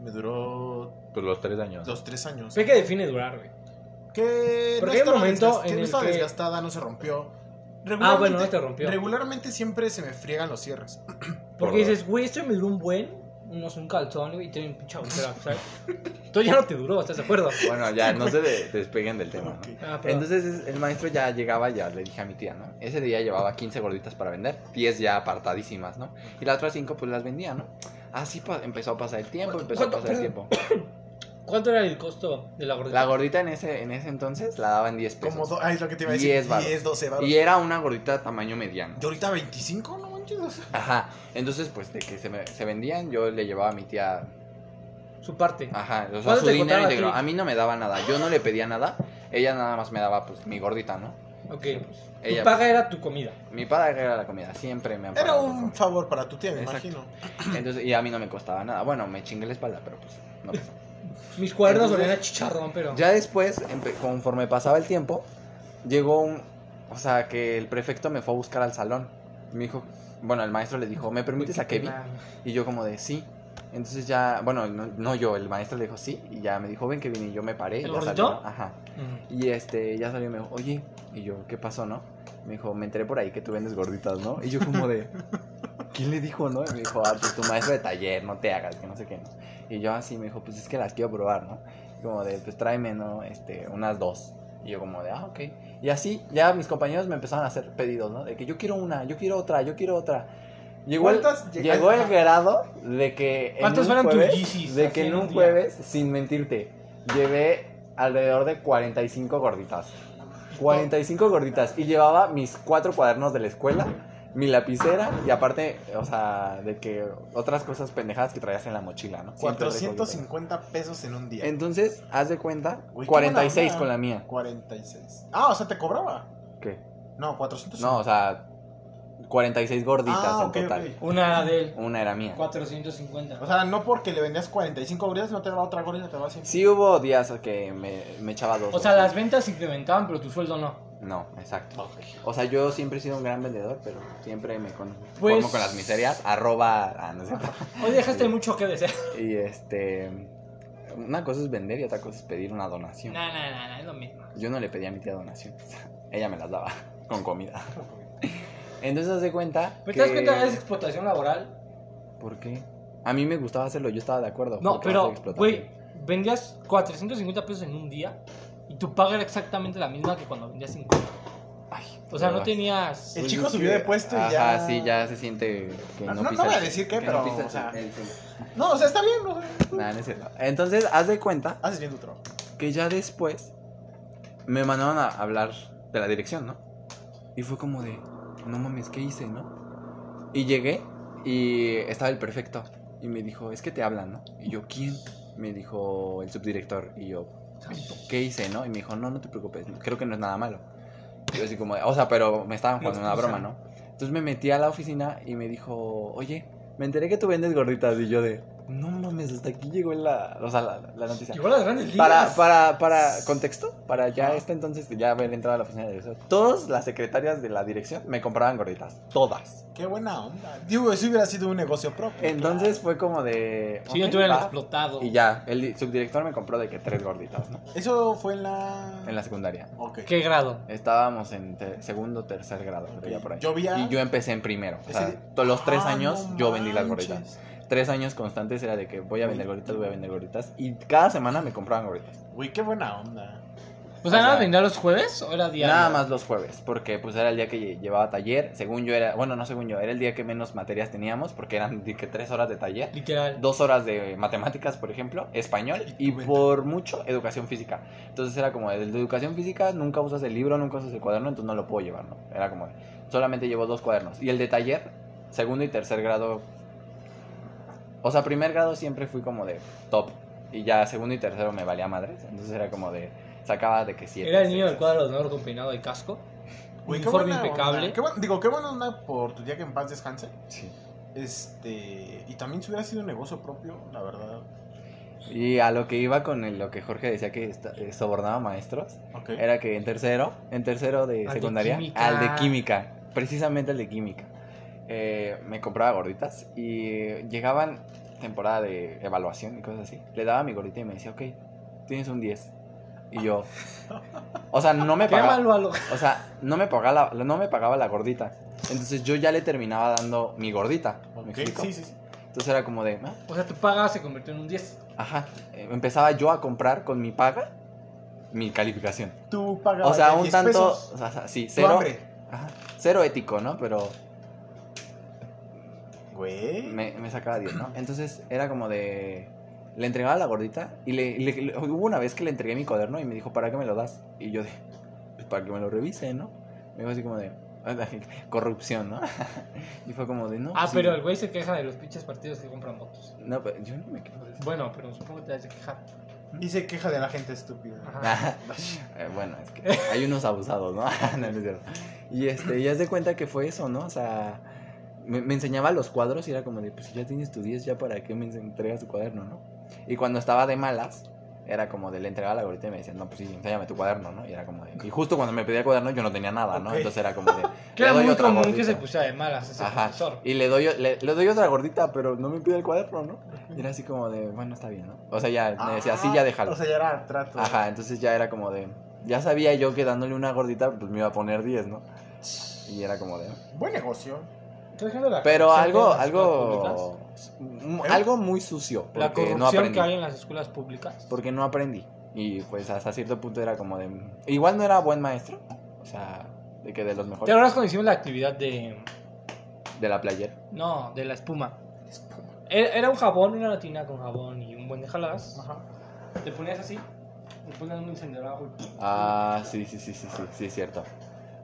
S1: Me duró
S2: pues los 3 años.
S1: los tres años.
S3: Sé que define durar, güey.
S1: Que
S3: Porque hay
S1: no estaba,
S3: un momento
S1: desgast- que
S3: en
S1: no
S3: el
S1: estaba
S3: que-
S1: desgastada, no se rompió.
S3: Ah, bueno,
S1: Regularmente-
S3: no te rompió.
S1: Regularmente siempre se me friegan los cierres.
S3: Porque dices, güey, esto me duró un buen. No es un calzón, güey, y tiene un pinche agujero, ¿sabes? Entonces ya no te duró, ¿estás de acuerdo?
S2: Bueno, ya no se de- despeguen del tema. ¿no?
S1: Ok.
S3: Ah, perdón.
S2: Entonces es- el maestro ya llegaba, ya le dije a mi tía, ¿no? Ese día llevaba 15 gorditas para vender, 10 ya apartadísimas, ¿no? Y las otras 5 pues las vendía, ¿no? Así pa- empezó a pasar el tiempo, empezó a
S3: ¿Cuánto?
S2: pasar el tiempo.
S3: ¿Cuánto era el costo de la gordita?
S2: La gordita en ese, en ese entonces la daban 10
S1: Como
S2: pesos.
S1: do- ah, es lo que te iba a decir.
S2: 10 varos.
S1: 10, 12 varos.
S2: Y era una gordita tamaño mediano.
S1: Yo ahorita 25, no manches. o sea.
S2: Ajá, entonces pues de que se, me- se vendían, yo le llevaba a mi tía
S3: Su parte.
S2: Ajá, o sea,
S3: ¿Cuánto
S2: su
S3: te
S2: dinero
S3: contaba
S2: íntegro.
S3: tú?
S2: A mí no me daba nada, yo no le pedía nada, ella nada más me daba pues mi gordita, ¿no?
S3: ok.
S2: Ella, pues
S3: tu paga era tu comida.
S2: Mi padre era la comida, siempre me han
S1: Era
S2: pagado
S1: un
S2: por
S1: favor para tu tía, me
S2: Exacto.
S1: imagino.
S2: favor. Entonces, y a mí no me costaba nada. Bueno, me chingué la espalda, pero pues no pasó.
S1: *laughs*
S3: Mis cuadernos
S2: Entonces-
S3: olían a chicharrón, pero.
S2: Ya después, empe- conforme pasaba el tiempo, llegó un... O sea, que el prefecto me fue a buscar al salón. Y me dijo, bueno, el maestro le dijo, ¿me permites a Kevin?
S3: Nah.
S2: Y yo como de, sí. Entonces ya, bueno, no, no yo, el maestro le dijo sí. Y ya me dijo, ven Kevin, y yo me paré. y
S3: ¿El
S2: ya
S3: gordito?
S2: salió. Ajá.
S3: Mm.
S2: Y este, ya salió y me dijo, oye, y yo, ¿qué pasó, no? Me dijo, me enteré por ahí que tú vendes gorditas, ¿no? Y yo como de, ¿quién le dijo, no? Y me dijo, ah, pues tu maestro de taller, no te hagas, que no sé qué, ¿no? Y yo así me dijo, pues es que las quiero probar, ¿no? Y como de, pues tráeme, ¿no? Este, unas dos. Y yo como de, ah, ok. Y así, ya mis compañeros me empezaron a hacer pedidos, ¿no? De que yo quiero una, yo quiero otra, yo quiero otra. Llegó el,
S1: ¿Cuántas llegaste?
S2: llegó el grado de que... en
S3: ¿Cuántos
S2: un
S3: fueron tus
S2: jueves-
S3: Yeezys
S2: De
S3: así
S2: que en
S3: en un
S2: un
S3: día?
S2: jueves, sin mentirte, llevé alrededor de 45 gorditas. 45 gorditas. Y llevaba mis cuatro cuadernos de la escuela, mi lapicera y aparte, o sea, de que otras cosas pendejadas que traías en la mochila, ¿no? Siempre traigo gorditas.
S1: 450 pesos en un día.
S2: Entonces, haz de cuenta,
S1: Uy, qué
S2: 46
S1: buena
S2: con la mía.
S1: 46. Ah, o sea, te cobraba.
S2: ¿Qué?
S1: No,
S3: Pues
S1: 400.
S2: No, o sea, 46 gorditas
S1: ah,
S2: en
S1: ok,
S2: total.
S1: ok.
S3: Una era de él.
S2: Una era mía.
S3: 450.
S1: O sea, no porque le vendías 45 gorilas, no te daba otra gorila, te daba 100.
S2: Sí hubo días que me, me echaba dos.
S3: O sea,
S2: ¿no?
S3: las ventas incrementaban, pero tu sueldo no.
S2: No, exacto.
S1: Ok.
S2: O sea, yo siempre he sido un gran vendedor, pero siempre me con- conformo
S3: Pues-
S2: con las miserias. Arroba. Ah, no es cierto.
S3: Hoy dejaste mucho que desear.
S2: Y este. Una cosa es vender y otra cosa es pedir una donación.
S3: Nah, nah, nah, nah, es lo mismo.
S2: Yo no le pedí a mi tía donación. Ella me las daba con comida. Entonces, haz de cuenta. que-
S3: ¿Pero te das cuenta de esa explotación laboral?
S2: ¿Por qué? A mí me gustaba hacerlo, yo estaba de acuerdo.
S3: No,
S2: porque vas a
S3: pero,
S2: explotar.
S3: güey, vendías 450 pesos en un día y tu paga era exactamente la misma que cuando vendías 50.
S2: Ay,
S3: O sea, no
S2: drogas.
S3: tenías...
S1: El
S2: Pues
S1: chico
S2: es
S1: subió
S2: que-
S1: de puesto y
S2: ajá,
S1: ya-
S2: sí, ya se siente que
S1: No,
S2: no,
S1: no
S2: pisa
S1: voy a
S2: el-
S1: decir qué,
S2: que
S1: pero,
S2: no pisa
S1: o sea-
S2: el- el-
S1: No, o sea, está bien, o sea,
S2: Nah, no es cierto. Entonces, haz de cuenta
S1: haces bien tu trabajo.
S2: que ya después me mandaron a hablar de la dirección, ¿no? Y fue como de, no mames, ¿qué hice, no? Y llegué y estaba el perfecto. Y me dijo, es que te hablan, ¿no? Y yo, ¿quién? Me dijo el subdirector. Y yo, ¿qué hice, no? Y me dijo, no, no te preocupes, creo que no es nada malo. Y yo así como, de, o sea, pero me estaban jugando una broma, ¿no? Entonces me metí a la oficina y me dijo, oye, me enteré que tú vendes gorditas. Y yo de, no mames, hasta aquí llegó la, o sea, la, la noticia.
S3: Igual las grandes
S2: Para,
S3: ligas.
S2: para, para contexto, para ya este entonces, ya haber entrado a la oficina de dirección, todas las secretarias de la dirección me compraban gorditas, todas.
S1: Qué buena onda. Digo, eso hubiera sido un negocio propio.
S2: Entonces fue como de...
S3: Si no
S2: ok,
S3: te hubieran
S2: va.
S3: explotado.
S2: Y ya, el di- subdirector me compró de que tres gorditas, ¿no?
S1: Eso fue en la.
S2: En la secundaria.
S1: Ok.
S3: ¿Qué grado?
S2: Estábamos en te- segundo, tercer grado,
S1: Ok.
S2: ya por ahí.
S1: Yo vi a-
S2: Y yo empecé en primero. O sea,
S1: Ese-
S2: todos los tres
S1: Ah,
S2: años
S1: no
S2: yo vendí las
S1: manches.
S2: gorditas. Tres años constantes era de que voy a vender gorditas, voy a vender gorditas. Y cada semana me compraban gorditas.
S1: Güey, qué buena onda.
S3: O sea,
S2: O
S3: ¿nada
S2: sea,
S3: vendía los jueves o era diario?
S2: Nada más los jueves, porque pues era el día que lle- llevaba taller. Según yo era, bueno, no según yo, era el día que menos materias teníamos, porque eran de que tres horas de taller,
S3: Literal.
S2: dos horas de matemáticas, por ejemplo, español
S1: Y
S2: y
S1: tu venta.
S2: por mucho educación física. Entonces era como, de de educación física nunca usas el libro, nunca usas el cuaderno, entonces no lo puedo llevar, ¿no? Era como, de, solamente llevo dos cuadernos. Y el de taller, segundo y tercer grado, o sea, primer grado siempre fui como de top, y ya segundo y tercero me valía madres, entonces era como de, sacaba de que siete.
S3: Era el niño
S2: seis,
S3: del cuadro de honor con peinado y casco.
S1: Güey, qué
S3: uniforme
S1: buena onda.
S3: impecable.
S1: Qué buen- digo, qué buena onda por tu día que en paz descanse.
S2: así.
S1: Este. Y también si hubiera sido un negocio propio, la verdad.
S2: Y a lo que iba con el- lo que Jorge decía que esta- eh, sobornaba maestros,
S1: Ok.
S2: era que en tercero, en tercero de
S3: Al de
S2: secundaria,
S3: química.
S2: al de química, precisamente al de química, eh, me compraba gorditas y llegaban temporada de evaluación y cosas así. Le daba mi gordita y me decía, ok, tienes un 10. Y yo, o sea, no me
S3: *laughs* Qué
S2: pagaba.
S3: malo a lo-
S2: O sea, no me pagaba la, no me pagaba la gordita. Entonces yo ya le terminaba dando mi gordita. ¿me
S1: Ok,
S2: explico?
S1: Sí, sí, sí.
S2: Entonces era como de, "Ah,
S3: O sea, tu paga se convirtió en un 10.
S2: Ajá, eh, empezaba yo a comprar con mi paga mi calificación.
S1: Tú pagabas.
S2: O sea,
S1: ya
S2: un
S1: 10
S2: tanto,
S1: pesos,
S2: o sea, sí,
S1: tu
S2: cero,
S1: hambre.
S2: ajá, cero ético, ¿no? Pero
S1: Güey.
S2: me, me sacaba 10, ¿no? Entonces era como de, le entregaba la gordita y le, le- le- hubo una vez que le entregué mi cuaderno y me dijo, ¿para qué me lo das? Y yo de, pues para que me lo revise, ¿no? Me dijo así como de, *laughs* corrupción, ¿no? y fue como de, no.
S3: Ah,
S2: sí".
S3: pero el güey se queja de los pinches partidos que compran votos.
S2: No, pero yo no me quedo *laughs* de eso.
S3: Bueno, pero supongo que te has de quejar.
S1: Y se queja de la gente estúpida.
S3: Ajá.
S2: Eh, bueno, es que hay unos abusados, ¿no? *laughs* Ah, No, no es cierto. Y este, ya de cuenta que fue eso, ¿no? O sea, me, me enseñaba los cuadros y era como de, pues si ya tienes tu 10, ya para qué me ens- entregas tu cuaderno, ¿no? Y cuando estaba de malas, era como de, le entregaba la gorrita y me decían, no, pues sí, enséñame tu cuaderno, ¿no? Y era como de, y justo cuando me pedía el cuaderno yo no tenía nada, ¿no?
S1: Ok.
S2: Entonces era como
S3: *laughs*
S2: de,
S3: Que era
S2: doy
S3: muy
S2: otra
S3: común que
S2: gordita.
S3: se pusiera de malas ese
S2: ajá,
S3: profesor.
S2: y le doy, le, le doy otra gordita, pero no me pide el cuaderno, ¿no? Y era así como de, bueno, está bien, ¿no? O sea, ya, me decía, sí, ya déjalo.
S1: Ah, O sea, ya era trato.
S2: Ajá, entonces ya era como de. Ya sabía yo que dándole una gordita, pues me iba a poner 10, ¿no? Y era como de.
S1: Buen negocio.
S3: Estoy dejando la
S2: Pero
S3: corrupción que
S2: algo,
S3: hay en las escuelas
S2: algo.
S3: públicas.
S2: mu- Algo muy sucio.
S3: La
S2: Porque
S3: corrupción
S2: no aprendí.
S3: que hay en las escuelas públicas.
S2: Porque no aprendí. Y pues hasta cierto punto era como de. Igual no era buen maestro. O sea, de que de los
S3: ¿Te
S2: mejores.
S3: acuerdas cuando hicimos la actividad de...
S2: De la playera.
S3: No, de la espuma? Era era un jabón, una latina con jabón y un buen de jaladas.
S1: Ajá.
S3: Te ponías así, te ponías un encendedor abajo y...
S2: Ah, sí, sí, sí, sí, sí, sí, es cierto.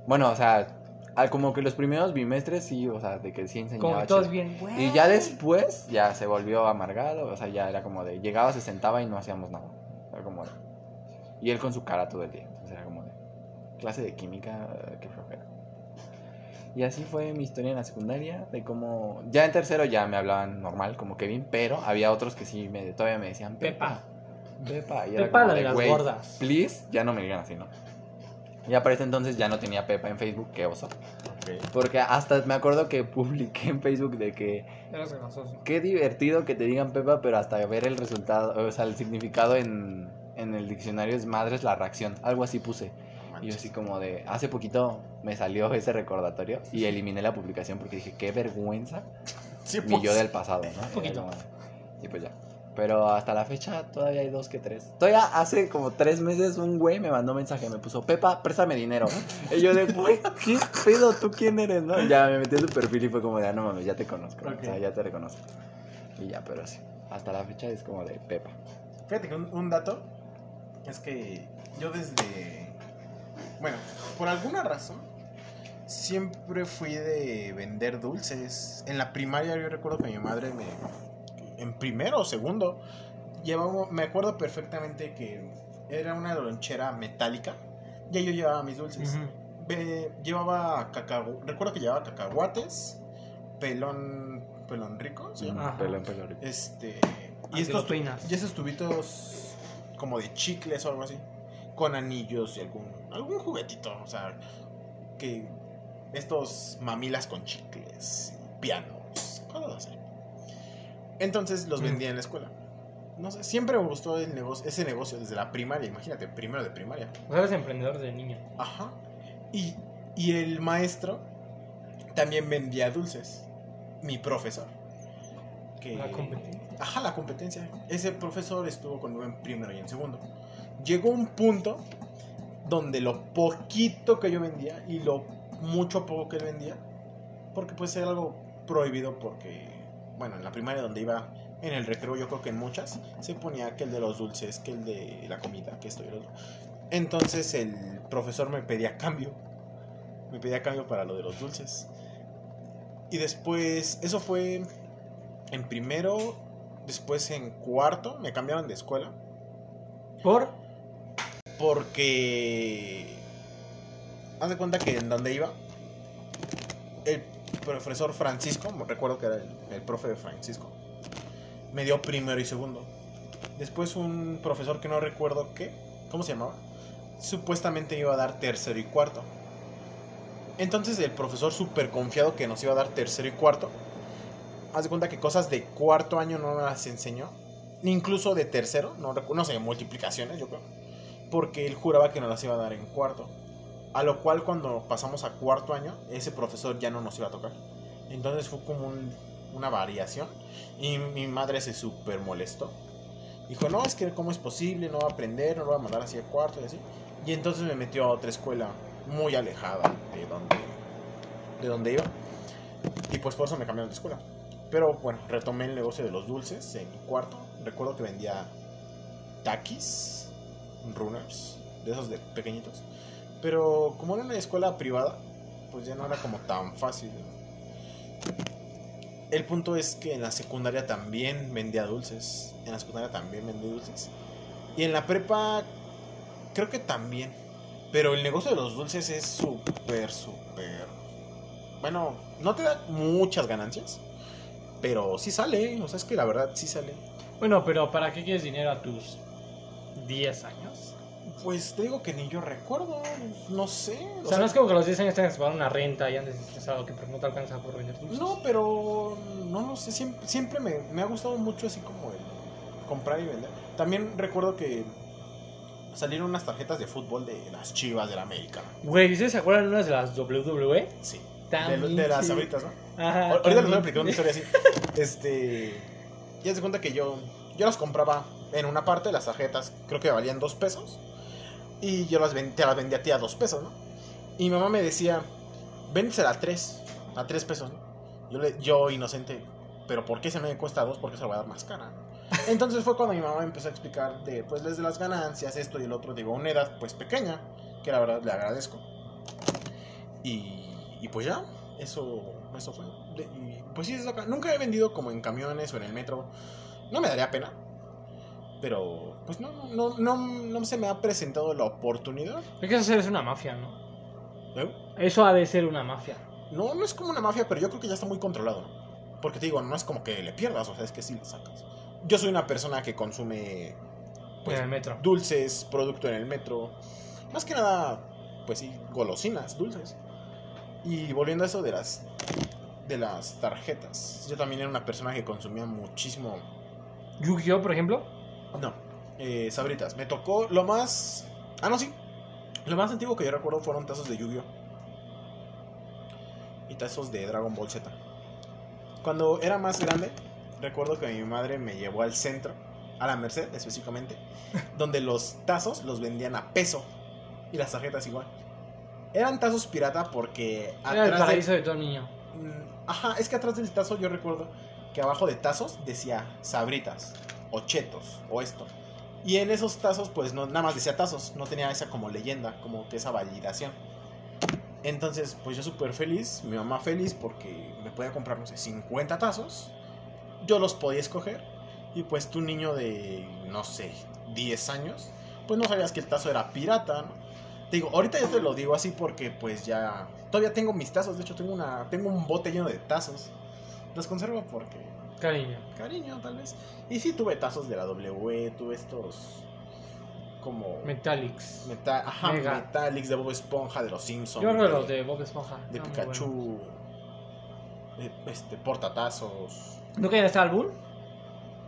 S2: Bueno, o sea, al- como que los primeros bimestres sí, o sea, de que sí enseñaba.
S3: Como que todos
S2: chido.
S3: bien,
S2: Y ya después ya se volvió amargado, o sea, ya era como de llegaba, se sentaba y no hacíamos nada. Era como de- y él con su cara todo el día, entonces era como de clase de química, eh, qué flojera. Y así fue mi historia en la secundaria, de cómo ya en tercero ya me hablaban normal como Kevin, pero había otros que sí me todavía me decían
S3: Pepa.
S2: Pepa. Pepa, y era
S3: Pepa
S2: como
S3: la de las
S2: "Güey,
S3: gordas.
S2: Please, ya no me digan así, ¿no? Ya para ese entonces ya no tenía Pepa en Facebook, qué oso.
S1: Ok.
S2: Porque hasta me acuerdo que publiqué en Facebook de que
S3: Eras grasoso.
S2: Qué divertido que te digan Pepa, pero hasta ver el resultado, o sea, el significado en, en el diccionario es madres la reacción. Algo así puse. Y yo así como de, hace poquito me salió ese recordatorio y eliminé la publicación porque dije, qué vergüenza
S3: *laughs*
S1: Sí,
S2: mi yo
S1: pues.
S2: del pasado, ¿no?
S3: Un poquito.
S2: Era como- Y pues ya. Pero hasta la fecha todavía hay dos que tres. Todavía hace como tres meses un güey me mandó mensaje, me puso, Pepa, préstame
S3: *laughs*
S2: dinero. Y yo de, güey, ¿qué pedo? ¿Tú quién eres? ¿No? Ya me metí en su perfil y fue como de, ah, no mames, ya te conozco.
S3: Ok.
S2: O sea, ya te reconozco. Y ya, pero sí. Hasta la fecha es como de Pepa.
S1: Fíjate que un, un dato es que yo desde. Bueno, por alguna razón, siempre fui de vender dulces. En la primaria yo recuerdo que mi madre me. En primero o segundo, llevaba. Me acuerdo perfectamente que era una lonchera metálica y ahí yo llevaba mis dulces.
S3: Ujú.
S1: Ve- llevaba cacahuates. Recuerdo que llevaba cacahuates, pelón. pelón rico, se llama.
S3: Ajá.
S2: Pelón, pelón.
S1: Este.
S3: Ah,
S1: Y estos,
S3: que lo peinas.
S1: y esos tubitos como de chicles o algo así. Con anillos y algún, algún juguetito. O sea, que estos mamilas con chicles, pianos, cosas así. Entonces los
S3: Mm.
S1: vendía en la escuela. No sé, siempre me gustó el negocio, ese negocio desde la primaria, imagínate, primero de primaria.
S3: O sea, eres emprendedor de niño.
S1: Ajá. Y, y el maestro también vendía dulces. Mi profesor. Que...
S3: La competencia.
S1: Ajá, la competencia. Ese profesor estuvo conmigo en primero y en segundo. Llegó un punto donde lo poquito que yo vendía y lo mucho poco que él vendía, porque pues era algo prohibido porque, bueno, en la primaria donde iba, en el recreo yo creo que en muchas, se ponía que el de los dulces, que el de la comida, que esto y lo otro. Entonces el profesor me pedía cambio, me pedía cambio para lo de los dulces. Y después, eso fue en primero, después en cuarto, me cambiaron de escuela
S3: Por.
S1: porque haz de cuenta que en donde iba el profesor Francisco, recuerdo que era el, el profe de Francisco, me dio primero y segundo. Después un profesor que no recuerdo qué, ¿cómo se llamaba? Supuestamente iba a dar tercero y cuarto. Entonces el profesor súper confiado que nos iba a dar tercero y cuarto, haz de cuenta que cosas de cuarto año no las enseñó, incluso de tercero, no, recu- no sé, multiplicaciones yo creo porque él juraba que nos las iba a dar en cuarto. A lo cual cuando pasamos a cuarto año, ese profesor ya no nos iba a tocar. Entonces fue como un- una variación y mi madre se súper molestó. Dijo, no, es que cómo es posible, no va a aprender, no lo va a mandar hacia cuarto y así. Y entonces me metió a otra escuela muy alejada de donde, de donde iba. Y pues por eso me cambiaron de escuela. Pero bueno, retomé el negocio de los dulces en cuarto. Recuerdo que vendía taquis, runners, de esos de pequeñitos. Pero como era una escuela privada, pues ya no era como tan fácil. El punto es que en la secundaria también vendía dulces. En la secundaria también vendía dulces. Y en la prepa creo que también. Pero el negocio de los dulces es súper, súper... Bueno, no te da muchas ganancias. Pero sí sale. O sea, es que la verdad sí sale.
S3: Bueno, pero ¿para qué quieres dinero a tus 10 años?
S1: Pues te digo que ni yo recuerdo. No sé.
S3: O sea, no es como que a los 10 años tengas que pagar una renta y andes estresado que pero no te alcanza por vender dulces.
S1: No, pero no lo sé, siempre, siempre me, me ha gustado mucho así como el comprar y vender. También recuerdo que salieron unas tarjetas de fútbol de las Chivas del América.
S3: Güey, ¿ustedes se acuerdan de unas de las WWE?
S1: Sí. De,
S3: También
S1: de las
S3: sí.
S1: abritas, ¿no?
S3: Ajá.
S1: Ahor- Ahorita les voy a
S3: Ah, también.
S1: explicar una historia así. Este. Ya se cuenta que yo. Yo las compraba en una parte, las tarjetas, creo que valían dos pesos. Y yo las ven- te las vendía a ti a dos pesos, ¿no? Y mi mamá me decía, véndesela a tres, a tres pesos, ¿no? Yo, le- yo inocente, ¿pero por qué se me cuesta dos? Porque se la voy a dar más cara, ¿no? Entonces fue cuando mi mamá me empezó a explicar de, pues, desde las ganancias, esto y el otro, digo, a una edad, pues, pequeña, que la verdad le agradezco. Y, y pues ya, eso, eso fue. De- y, pues sí, es acá. nunca he vendido como en camiones o en el metro. No me daría pena. Pero pues no, no, no, no se me ha presentado la oportunidad.
S3: Es que eso es una mafia, ¿no?
S1: ¿eh?
S3: Eso ha de ser una mafia. pues,
S1: No, no es como una mafia, pero yo creo que ya está muy controlado. Porque te digo, no es como que le pierdas, o sea, es que sí le sacas. Yo soy una persona que consume Pues,
S3: en el metro.
S1: dulces, producto en el metro. Más que nada, pues sí, golosinas, dulces. Y volviendo a eso de las de las tarjetas. Yo también era una persona que consumía muchísimo.
S3: Yu-Gi-Oh, por ejemplo.
S1: No, eh, sabritas. Me tocó lo más. Ah, no, sí. Lo más antiguo que yo recuerdo fueron tazos de Yu-Gi-Oh! Y tazos de Dragon Ball Z. Cuando era más grande, recuerdo que mi madre me llevó al centro, a la Merced
S3: *laughs*
S1: específicamente, donde los tazos los vendían a peso y las tarjetas igual. Eran tazos pirata porque
S3: Era el
S1: atrás de-
S3: paraíso de todo niño.
S1: Mm, Ajá, es que atrás del tazo yo recuerdo que abajo de tazos decía sabritas o chetos o esto. Y en esos tazos pues no, nada más decía tazos, no tenía esa como leyenda, como que esa validación. Entonces pues yo súper feliz, mi mamá feliz porque me podía comprar, no sé, 50 tazos. Yo los podía escoger y pues tu niño de, no sé, 10 años, pues no sabías que el tazo era pirata, ¿no? Te digo, ahorita yo te lo digo así porque pues ya todavía tengo mis tazos, de hecho tengo una tengo un bote lleno de tazos. Los conservo porque
S3: Cariño.
S1: cariño tal vez. Y sí tuve tazos de la W, E, tuve estos como
S3: Metallics.
S1: meta- ajá,
S3: Mega.
S1: Metallics de Bob Esponja, de los Simpsons.
S3: Yo creo que los de Bob Esponja.
S1: de
S3: eran muy buenos.
S1: Pikachu. de, este portatazos.
S3: ¿Nunca llegaste al álbum?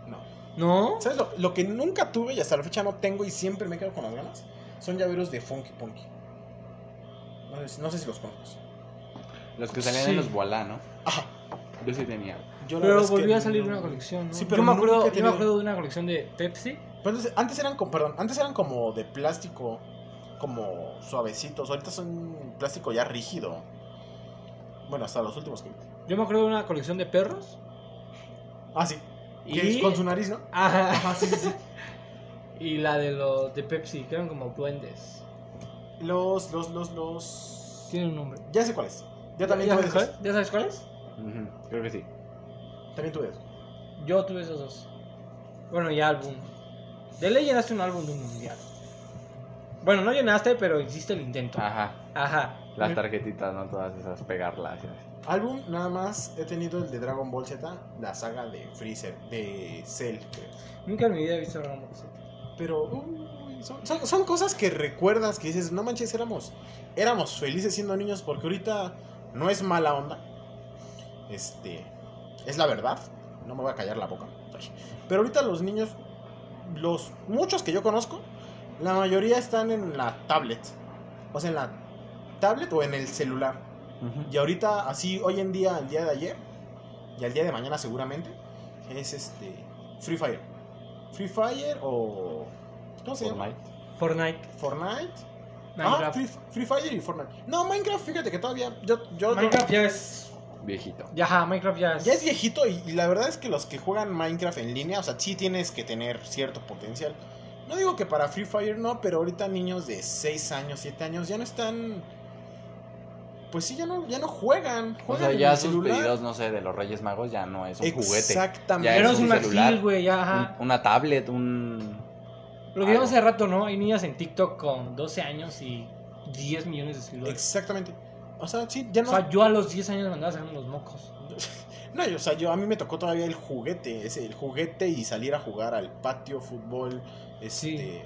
S1: No.
S3: No.
S1: ¿Sabes lo, lo que nunca tuve y hasta la fecha no tengo y siempre me quedo con las ganas? Son llaveros de Funky Punky. No sé, si- no sé si los conozco.
S2: Los que salían en
S3: Sí.
S2: los Boalá, ¿no?
S1: Ajá.
S2: Yo sí tenía.
S1: Yo la verdad
S3: Pero
S1: es que
S3: volvió a salir
S1: no-
S3: una colección, ¿no?
S1: Sí, pero
S3: yo, me
S1: nunca
S3: acuerdo,
S1: he
S3: yo me
S1: tenido-
S3: acuerdo de una colección de Pepsi.
S1: Pero entonces, antes eran como, perdón, antes eran como de plástico, como suavecitos. Ahorita son plástico ya rígido. Bueno, hasta los últimos que vi.
S3: Yo me acuerdo de una colección de perros.
S1: Ah, sí.
S3: Y, Ah,
S1: Que es con su nariz, ¿no?
S3: *laughs* Ajá.
S1: Ajá, sí, sí, sí.
S3: y la de los de Pepsi, que eran como duendes.
S1: *laughs* Los, los, los, los.
S3: Tienen un nombre.
S1: Ya sé cuáles. Yo también
S3: ¿Ya
S1: tuve
S3: sabes
S1: esos.
S3: cuál? ¿Ya sabes cuáles?
S2: Ujú, Creo que sí.
S1: También tuve esos.
S3: Yo tuve esos dos. Bueno, y álbum. De ley llenaste un álbum de un mundial. Bueno, no llenaste, pero hiciste el intento.
S2: Ajá.
S3: Ajá.
S2: Las tarjetitas, ¿no? Todas esas, pegarlas. y así.
S1: Álbum, nada más he tenido el de Dragon Ball Z, la saga de Freezer, de Cell. creo.
S3: Nunca en mi vida he visto a Dragon Ball Z.
S1: Pero uy, son, son, son cosas que recuerdas que dices, no manches, éramos, éramos felices siendo niños porque ahorita no es mala onda. Este, es la verdad, no me voy a callar la boca. Pero ahorita los niños, los muchos que yo conozco, la mayoría están en la tablet. O sea, en la tablet o en el celular. Y ahorita, así, hoy en día, el día de ayer, y al día de mañana seguramente, es este Free Fire. Free Fire o... ¿Cómo se llama?
S2: Fortnite.
S3: Fortnite.
S1: Fortnite. Ah,
S3: Minecraft.
S1: Free, Free Fire y Fortnite. No, Minecraft, fíjate que todavía... Yo, yo,
S3: Minecraft ya es.
S2: Viejito.
S3: Ya, ajá, Minecraft ya es.
S1: Ya es viejito y, y la verdad es que los que juegan Minecraft en línea, o sea, sí tienes que tener cierto potencial. No digo que para Free Fire no, pero ahorita niños de 6 años, 7 años ya no están... Pues sí, ya no, ya no juegan.
S2: O
S1: juegan
S2: sea,
S1: en
S2: ya
S1: el
S2: sus
S1: celular.
S2: pedidos, no sé, de los Reyes Magos ya no es un juguete.
S1: Exactamente.
S2: Ya
S3: Ya no
S2: es
S3: es
S2: un
S3: un
S2: celular.
S3: maxil, güey, ya, ajá.
S2: Un- una tablet, un.
S3: Lo que vimos hace rato, ¿no? Hay niñas en TikTok con 12 años y 10 millones de seguidores.
S1: Exactamente. O sea, sí, ya
S3: O
S1: no.
S3: sea, yo a los 10 años me andaba sacando los mocos.
S2: Ah,
S1: no, yo- o sea, yo a mí me tocó todavía el juguete, ese, el juguete y salir a jugar al patio, fútbol, este.
S3: Sí.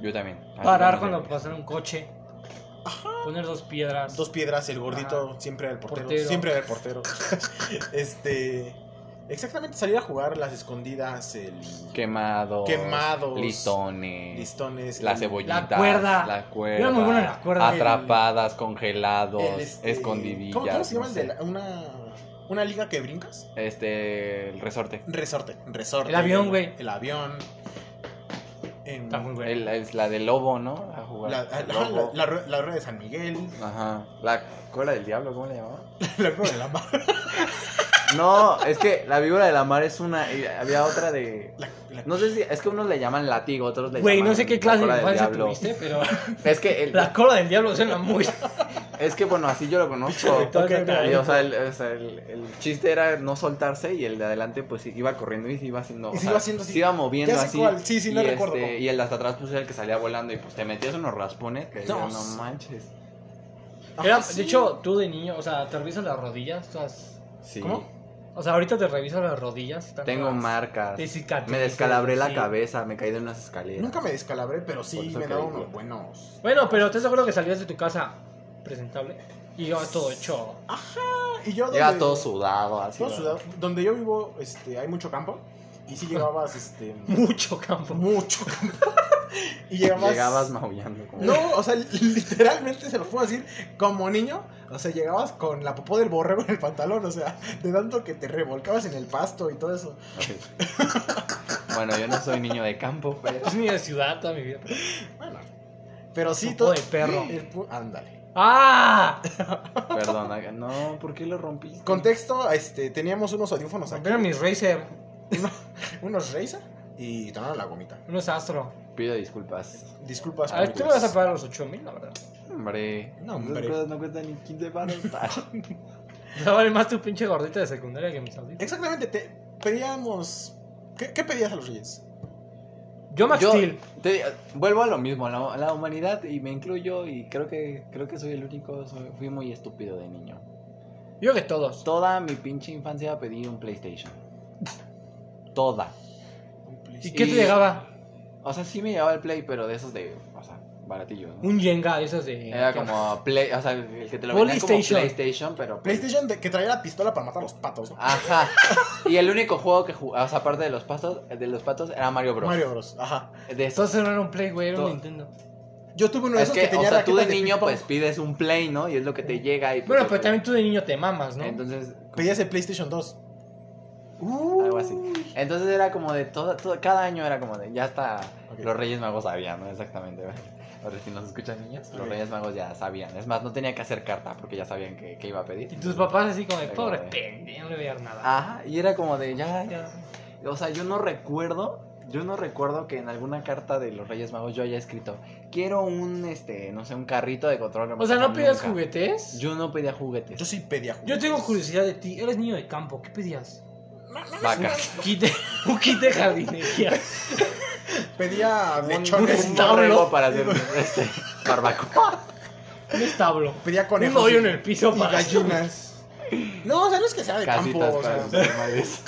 S2: Yo también.
S3: Parar
S2: Algunos de-
S3: cuando pasara un coche. Poner dos piedras.
S1: Dos piedras, el gordito, siempre era el portero,
S3: Portero.
S1: Siempre era el portero. *laughs* este. Exactamente, salir a jugar las escondidas, el.
S2: Quemados.
S1: Quemados.
S2: Listones.
S1: Listones.
S2: La
S1: el-
S2: cebollita.
S3: La cuerda.
S2: La cuerda.
S3: Yo era muy bueno en la cuerda.
S2: Atrapadas, congelados,
S1: el, este,
S2: escondidillas.
S1: ¿Cómo, cómo se llama
S2: no
S1: el de
S2: sé.
S1: la- una. Una liga que brincas?
S2: Este, el resorte.
S1: Resorte, resorte.
S3: El avión, güey.
S1: El avión. Em,
S3: Está muy bueno.
S2: El- es la del lobo, ¿no? La
S1: La,
S2: jugada. del
S1: ajá, la-
S2: lobo.
S1: la rue- la rueda de San Miguel, *laughs*
S2: Ajá. La cola del diablo, ¿cómo le llamaba?
S1: la rueda de la mar,
S2: No, es que la víbora de la mar es una. y había otra de.
S1: la- la-
S2: No sé si. Es que unos le llaman látigo, otros le
S3: Güey,
S2: llaman.
S3: no sé qué
S2: la
S3: clase
S2: cola
S3: de
S2: del
S3: infancia
S2: diablo.
S3: tuviste, pero *laughs*
S2: Es que, el-
S3: la cola del diablo
S2: *laughs*
S3: suena muy.
S2: es que bueno, así yo lo
S1: *laughs*
S2: conozco.
S3: Pinche
S1: Ok, ok.
S2: Y, o sea, el, o sea, el- el chiste era no soltarse y el de adelante pues iba corriendo y se iba haciendo. o
S1: Y se
S2: sea,
S1: iba haciendo así.
S2: Se iba moviendo
S1: Ya sé
S2: así.
S1: cuál, sí, sí, no
S2: y
S1: recuerdo
S2: este,
S1: cómo.
S2: Y el de hasta atrás pues era el que salía volando y pues te metías unos raspones que
S1: No,
S2: no, no
S1: sí.
S2: manches. Ah,
S1: Ajá,
S3: Era-
S1: Ah, sí.
S3: De hecho, tú de niño, o sea, te revisas las rodillas. todas-
S2: Sí.
S1: ¿Cómo?
S3: O sea, ahorita te revisas las rodillas. están
S2: Tengo
S3: todas-
S2: marcas.
S3: te cicatrizas,
S2: Me descalabré la
S3: sí.
S2: cabeza, me caí de unas escaleras.
S1: Nunca me descalabré, pero sí
S2: eso
S1: me
S2: que
S1: daba
S2: digo.
S1: unos buenos.
S3: Bueno, pero te seguro que salías de tu casa presentable y llevas todo hecho.
S1: Y yo donde,
S2: Llega todo sudado, así.
S1: todo
S2: ¿verdad?
S1: sudado. Donde yo
S3: *laughs*
S1: vivo, este, hay mucho campo. Y sí llegabas, este.
S3: Mucho campo.
S1: mucho campo. Y llegabas.
S2: Llegabas maullando. Como...
S1: No, o sea, literalmente se lo puedo decir como niño. O sea, llegabas con la popó del borrego en el pantalón. O sea, de tanto que te revolcabas en el pasto y todo eso.
S2: Ok. Bueno, yo no soy niño de campo, pues. pero...
S3: Es mi ciudad toda mi vida.
S1: Bueno. Pero sí,
S3: Popó de perro.
S1: el pu- Ándale.
S3: ¡Ah!
S2: Perdón, haga- no, ¿por qué lo rompí?
S1: Contexto, este, teníamos unos audífonos aquí.
S3: Rompieron mis Razer.
S1: Unos Razer y tomaron la gomita.
S3: Unos Astro.
S2: Pido disculpas.
S1: Disculpas.
S3: A ver, tú me
S1: públicas.
S3: vas a pagar los 8000, la verdad.
S2: Hombre,
S1: No,
S2: esas
S1: hombre.
S2: cosas no cuestan ni 15 paros.
S3: Ya vale más tu pinche gordita de secundaria que mis auditos.
S1: Exactamente, te pedíamos. ¿Qué, qué pedías a los Reyes?
S3: Yo Max
S2: Yo
S3: Steel.
S2: te- vuelvo a lo mismo, a la, a la humanidad y me incluyo y creo que creo que soy el único, soy- fui muy estúpido de niño.
S3: Yo que todos.
S2: Toda mi pinche infancia pedí un PlayStation. Toda.
S3: ¿Y qué te
S2: Y-
S3: llegaba?
S2: O sea, sí me llevaba el Play, pero de esos de, o sea, baratillos. ¿no?
S3: Un Jenga, esas de.
S2: Era como Play, o sea, el que te lo vendían como
S3: Polystation.
S2: PlayStation, pero pues,
S1: PlayStation de- que traía la pistola para matar a los patos.
S2: Ah,
S1: ¿no?
S2: Ajá. Y el único juego que jugaba, o sea, aparte de los pastos, de los patos, era Mario Bros.
S1: Mario Bros. Ajá.
S2: De esos.
S3: Entonces no era un Play, güey, era un
S2: Todo.
S3: Nintendo.
S1: Yo tuve uno de
S2: Es
S1: esos
S2: que,
S1: que, tenía
S2: o sea, tú de
S1: raquetas
S2: niño
S1: ping-pong.
S2: pues pides un play, ¿no? Y es lo que te llega y pues,
S3: Bueno, pero también tú de niño te mamas, ¿no?
S2: Entonces,
S1: Pedías el PlayStation 2.
S2: algo así. Entonces era como de todo, todo- cada año era como de, ya hasta
S1: Ok.
S2: los Reyes Magos sabían, ¿no? Exactamente. *laughs* Ahora si nos escuchan niños, los
S1: Ok.
S2: Reyes Magos ya sabían. Es más, no tenía que hacer carta porque ya sabían que, que iba a pedir.
S3: Y tus papás así como de
S2: Era
S3: pobre
S2: como de-
S3: pendejo, no le voy a dar nada.
S2: Ajá, y era como de, ya, ya. O sea, yo no recuerdo, yo no recuerdo que en alguna carta de los Reyes Magos yo haya escrito, quiero un, este, no sé, un carrito de control remoto.
S3: o sea, ¿no
S2: Nunca.
S3: pedías juguetes? Yo...
S2: Yo no pedía juguetes.
S1: Yo sí pedía juguetes.
S3: tengo curiosidad de ti. Eres niño de campo, ¿qué pedías?
S2: Vacas.
S3: Quite, *laughs* un kit de jardinería.
S1: Pedía
S2: Un
S1: lechones.
S3: establo.
S2: borrego para hacer este, *laughs* barbacoa.
S3: Un establo.
S1: Pedía
S3: Un
S1: conejos.
S3: hoyo
S1: y-
S3: en el piso
S1: y
S2: *laughs*
S3: para
S1: gallinas. No, o sea, no es que sea de
S2: Casitas
S1: campo. o
S2: para
S1: sea,
S2: sus animales.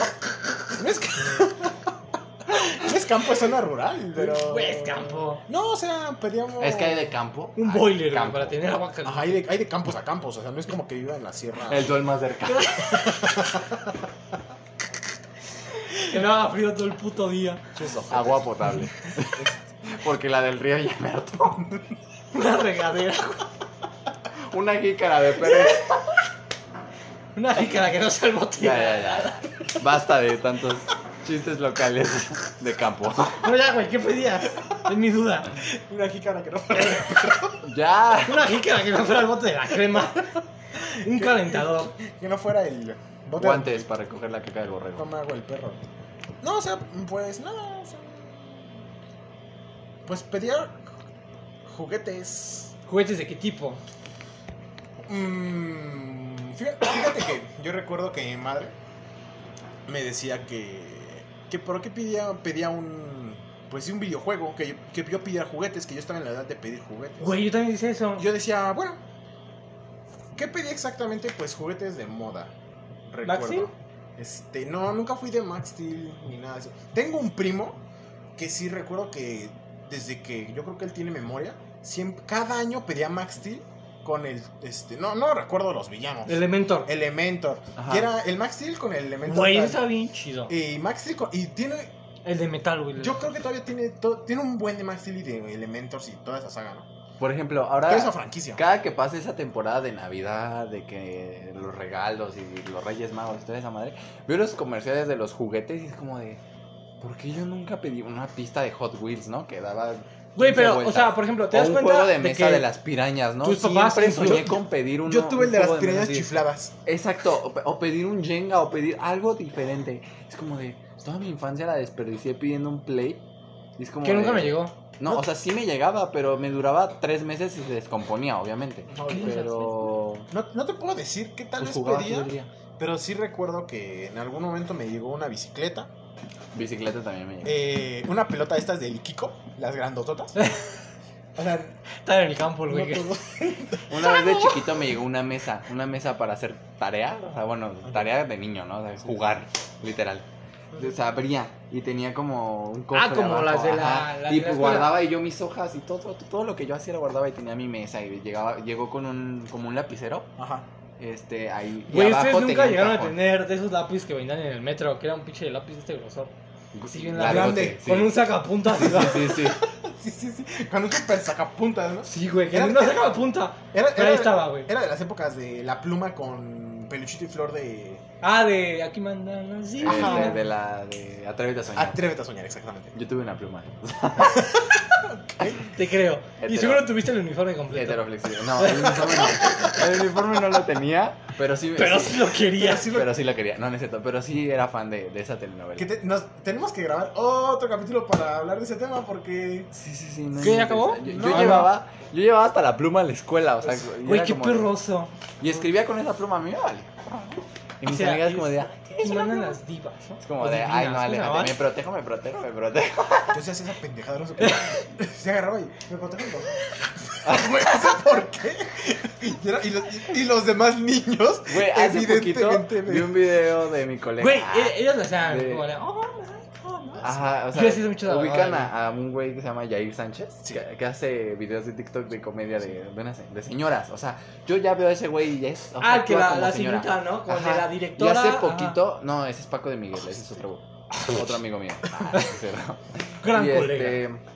S1: no es que. *laughs* no es campo, es zona rural, pero.
S3: Pues campo.
S1: No, o sea, pedíamos.
S2: Es que hay de campo.
S3: Un
S2: hay
S3: boiler, güey,
S2: campo.
S3: para tener agua caliente.
S1: Ajá, hay de, hay de campos a campos, o sea, no es como que viva en la sierra.
S2: El sol más cercano.
S3: Que no haga frío todo el puto día.
S2: Agua potable. *laughs* Porque la del río ya me hartó.
S3: Una regadera.
S2: Una jícara de perro.
S3: Una jícara que no sea el bote.
S2: Ya, ya, ya. Basta de tantos chistes locales de campo.
S3: No, ya, güey, ¿qué pedías? Es mi duda.
S1: Una jícara *laughs* que no
S2: Ya.
S3: Una jícara que no fuera el bote de la crema. Un calentador.
S1: que no fuera el bote
S2: Guantes para recoger la caca del
S1: de no
S2: borrego.
S1: me hago el perro. No, o sea, pues nada, o sea, pues pedía juguetes.
S3: ¿Juguetes de qué tipo?
S1: Mm, fíjate, fíjate que yo recuerdo que mi madre me decía que que por qué pedía pedía un pues sí, un videojuego, que yo, que yo pidiera juguetes, que yo estaba en la edad de pedir juguetes.
S3: Güey, yo también hice eso.
S1: Yo decía, bueno, ¿qué pedí exactamente? Pues juguetes de moda. Recuerdo.
S3: ¿Maxi?
S1: Este, no, nunca fui de Max Steel ni nada de eso. Tengo un primo que sí recuerdo que desde que yo creo que él tiene memoria, siempre, cada año pedía Max Steel con el este, no no recuerdo los villanos.
S3: Elementor.
S1: Elementor,
S2: Ajá.
S1: que era el Max Steel con el Elementor.
S3: Güey,
S1: tal.
S3: está bien chido.
S1: y Max Steel con- y tiene
S3: El de metal, güey.
S1: yo creo que todavía tiene to- tiene un buen de Max Steel y de Elementors y toda esa saga, ¿no?
S2: Por ejemplo,
S1: Toda esa
S2: ahora.
S1: franquicia.
S2: Cada que pase esa temporada de Navidad, de que los regalos y los Reyes Magos y toda esa madre, veo los comerciales de los juguetes y es como de. ¿Por qué yo nunca pedí una pista de Hot Wheels, no? Que daba.
S3: Güey, pero, o
S2: vueltas.
S3: sea, por ejemplo, ¿te
S2: o
S3: das
S2: un
S3: cuenta
S2: juego de mesa
S3: que
S2: de las pirañas, ¿no?
S3: tus
S2: Siempre
S3: papás incluso-
S2: soñé con pedir uno.
S1: Yo tuve el de
S2: un
S1: las
S2: juego mesa
S1: pirañas
S2: así.
S1: chifladas.
S2: Exacto, o, pe- o pedir un Jenga o pedir algo diferente. Es como de, toda mi infancia la desperdicié pidiendo un Play. Y es como
S3: que nunca
S2: de-
S3: me llegó?
S2: No, o sea, sí me llegaba, pero me duraba tres meses y se descomponía, obviamente.
S3: ¿Qué?
S2: Pero...
S1: No, no te puedo decir qué tal
S2: pues,
S1: vez
S2: jugaba todo
S1: pedía,
S2: el día.
S1: pero sí recuerdo que en algún momento me llegó una bicicleta,
S2: Bicicleta también me llegó.
S1: eh, una pelota de estas del Kiko, las
S2: *laughs*
S1: grandototas. O sea,
S3: Está en el campo, el
S1: no
S3: güey.
S1: todo-
S2: Una vez de chiquito me llegó una mesa, una mesa para hacer tarea, o sea, bueno, tarea de niño, ¿no? O sea, jugar, literal. O sea, abría y tenía como un cofre
S3: Ah, como
S2: abajo,
S3: las de la-
S2: ajá, y
S3: las de la
S2: pues
S3: escuela.
S2: guardaba yo mis hojas y todo, todo lo que yo hacía lo guardaba y tenía mi mesa y llegaba, llegó con un, como un lapicero,
S1: Ajá. *laughs*
S2: este, ahí. y
S3: Güey, ustedes
S2: abajo tenía
S3: nunca
S2: un
S3: llegaron a
S2: cajón.
S3: tener de esos lápices que vendían en el metro, que era un pinche de lápiz de este grosor. Sí, bien
S2: Largote,
S1: grande,
S2: sí.
S3: Con un sacapuntas.
S2: Sí, sí, sí.
S1: sí, sí, sí. Con un super sacapuntas, ¿no?
S3: Sí, güey, que
S1: Era-
S3: no
S1: era-
S3: sacaba punta.
S1: Era,
S3: Pero
S1: era,
S3: ahí estaba, güey.
S1: era de las épocas de la pluma con peluchito y flor de.
S3: Ah, de aquí mandan así.
S1: Ajá.
S2: Eh, de, de la de Atrévete a soñar.
S1: Atrévete a soñar, exactamente.
S2: Yo tuve una pluma.
S3: Te creo. Y
S2: Hetero.
S3: seguro tuviste el uniforme completo.
S2: Heteroflexible. No, el uniforme no. El uniforme no lo tenía, pero sí.
S3: Pero
S2: sí,
S3: si lo querías.
S1: sí lo-
S2: pero sí lo quería. No, no es cierto. Pero sí era fan de, de esa telenovela.
S1: Que te- nos- tenemos que grabar otro capítulo para hablar de ese tema porque.
S2: Sí, sí, sí. No
S3: ¿Qué,
S2: inventes.
S3: acabó?
S2: Yo, yo
S3: No, no.
S2: llevaba, yo llevaba hasta la pluma a la escuela. O sea, y
S3: Güey,
S2: era
S3: qué
S2: como de-
S3: perroso.
S2: Y escribía con esa pluma, a mí me vale. Y mis
S3: O sea, pues,
S2: amigas, como de. "Ah,
S3: Aquí mandan las divas. ¿no?
S2: Es como
S3: O
S2: de,
S3: divinas,
S2: ay, no,
S3: ¿cómo se llamaban?
S2: aléjate, me protejo, me protejo, me protejo. *laughs*
S1: Entonces esa pendejada, no *laughs* sé qué. Se agarraba y me contaba. Güey, no *laughs* sé por qué. Y, era- y los, y- y los demás niños.
S2: Güey, hace poquito
S1: Evidentemente,
S2: vi un video de mi colega.
S3: Güey, e- ellas lo
S2: de-
S3: hacían como de, oh, my God, ¿no?
S2: Ajá, o
S3: Yo
S2: sea,
S3: sí soy mucho de
S2: ubican
S3: abogado,
S2: a, a un güey que se llama Jair Sánchez,
S1: Sí.
S2: que, que hace videos de TikTok de comedia de, de, unas- de señoras. O sea, yo ya veo a ese güey y ya es. o sea,
S3: Ah, que
S2: actúa
S3: la,
S2: como
S3: la
S2: señora.
S3: señorita, ¿no? Como
S2: Ajá.
S3: de la directora.
S2: Y hace
S3: ajá.
S2: poquito, no, ese es Paco de Miguel, ese
S1: *laughs*
S2: es otro, otro amigo mío. Ah, *laughs* sí, cierto.
S3: Gran
S2: y
S3: colega.
S2: este,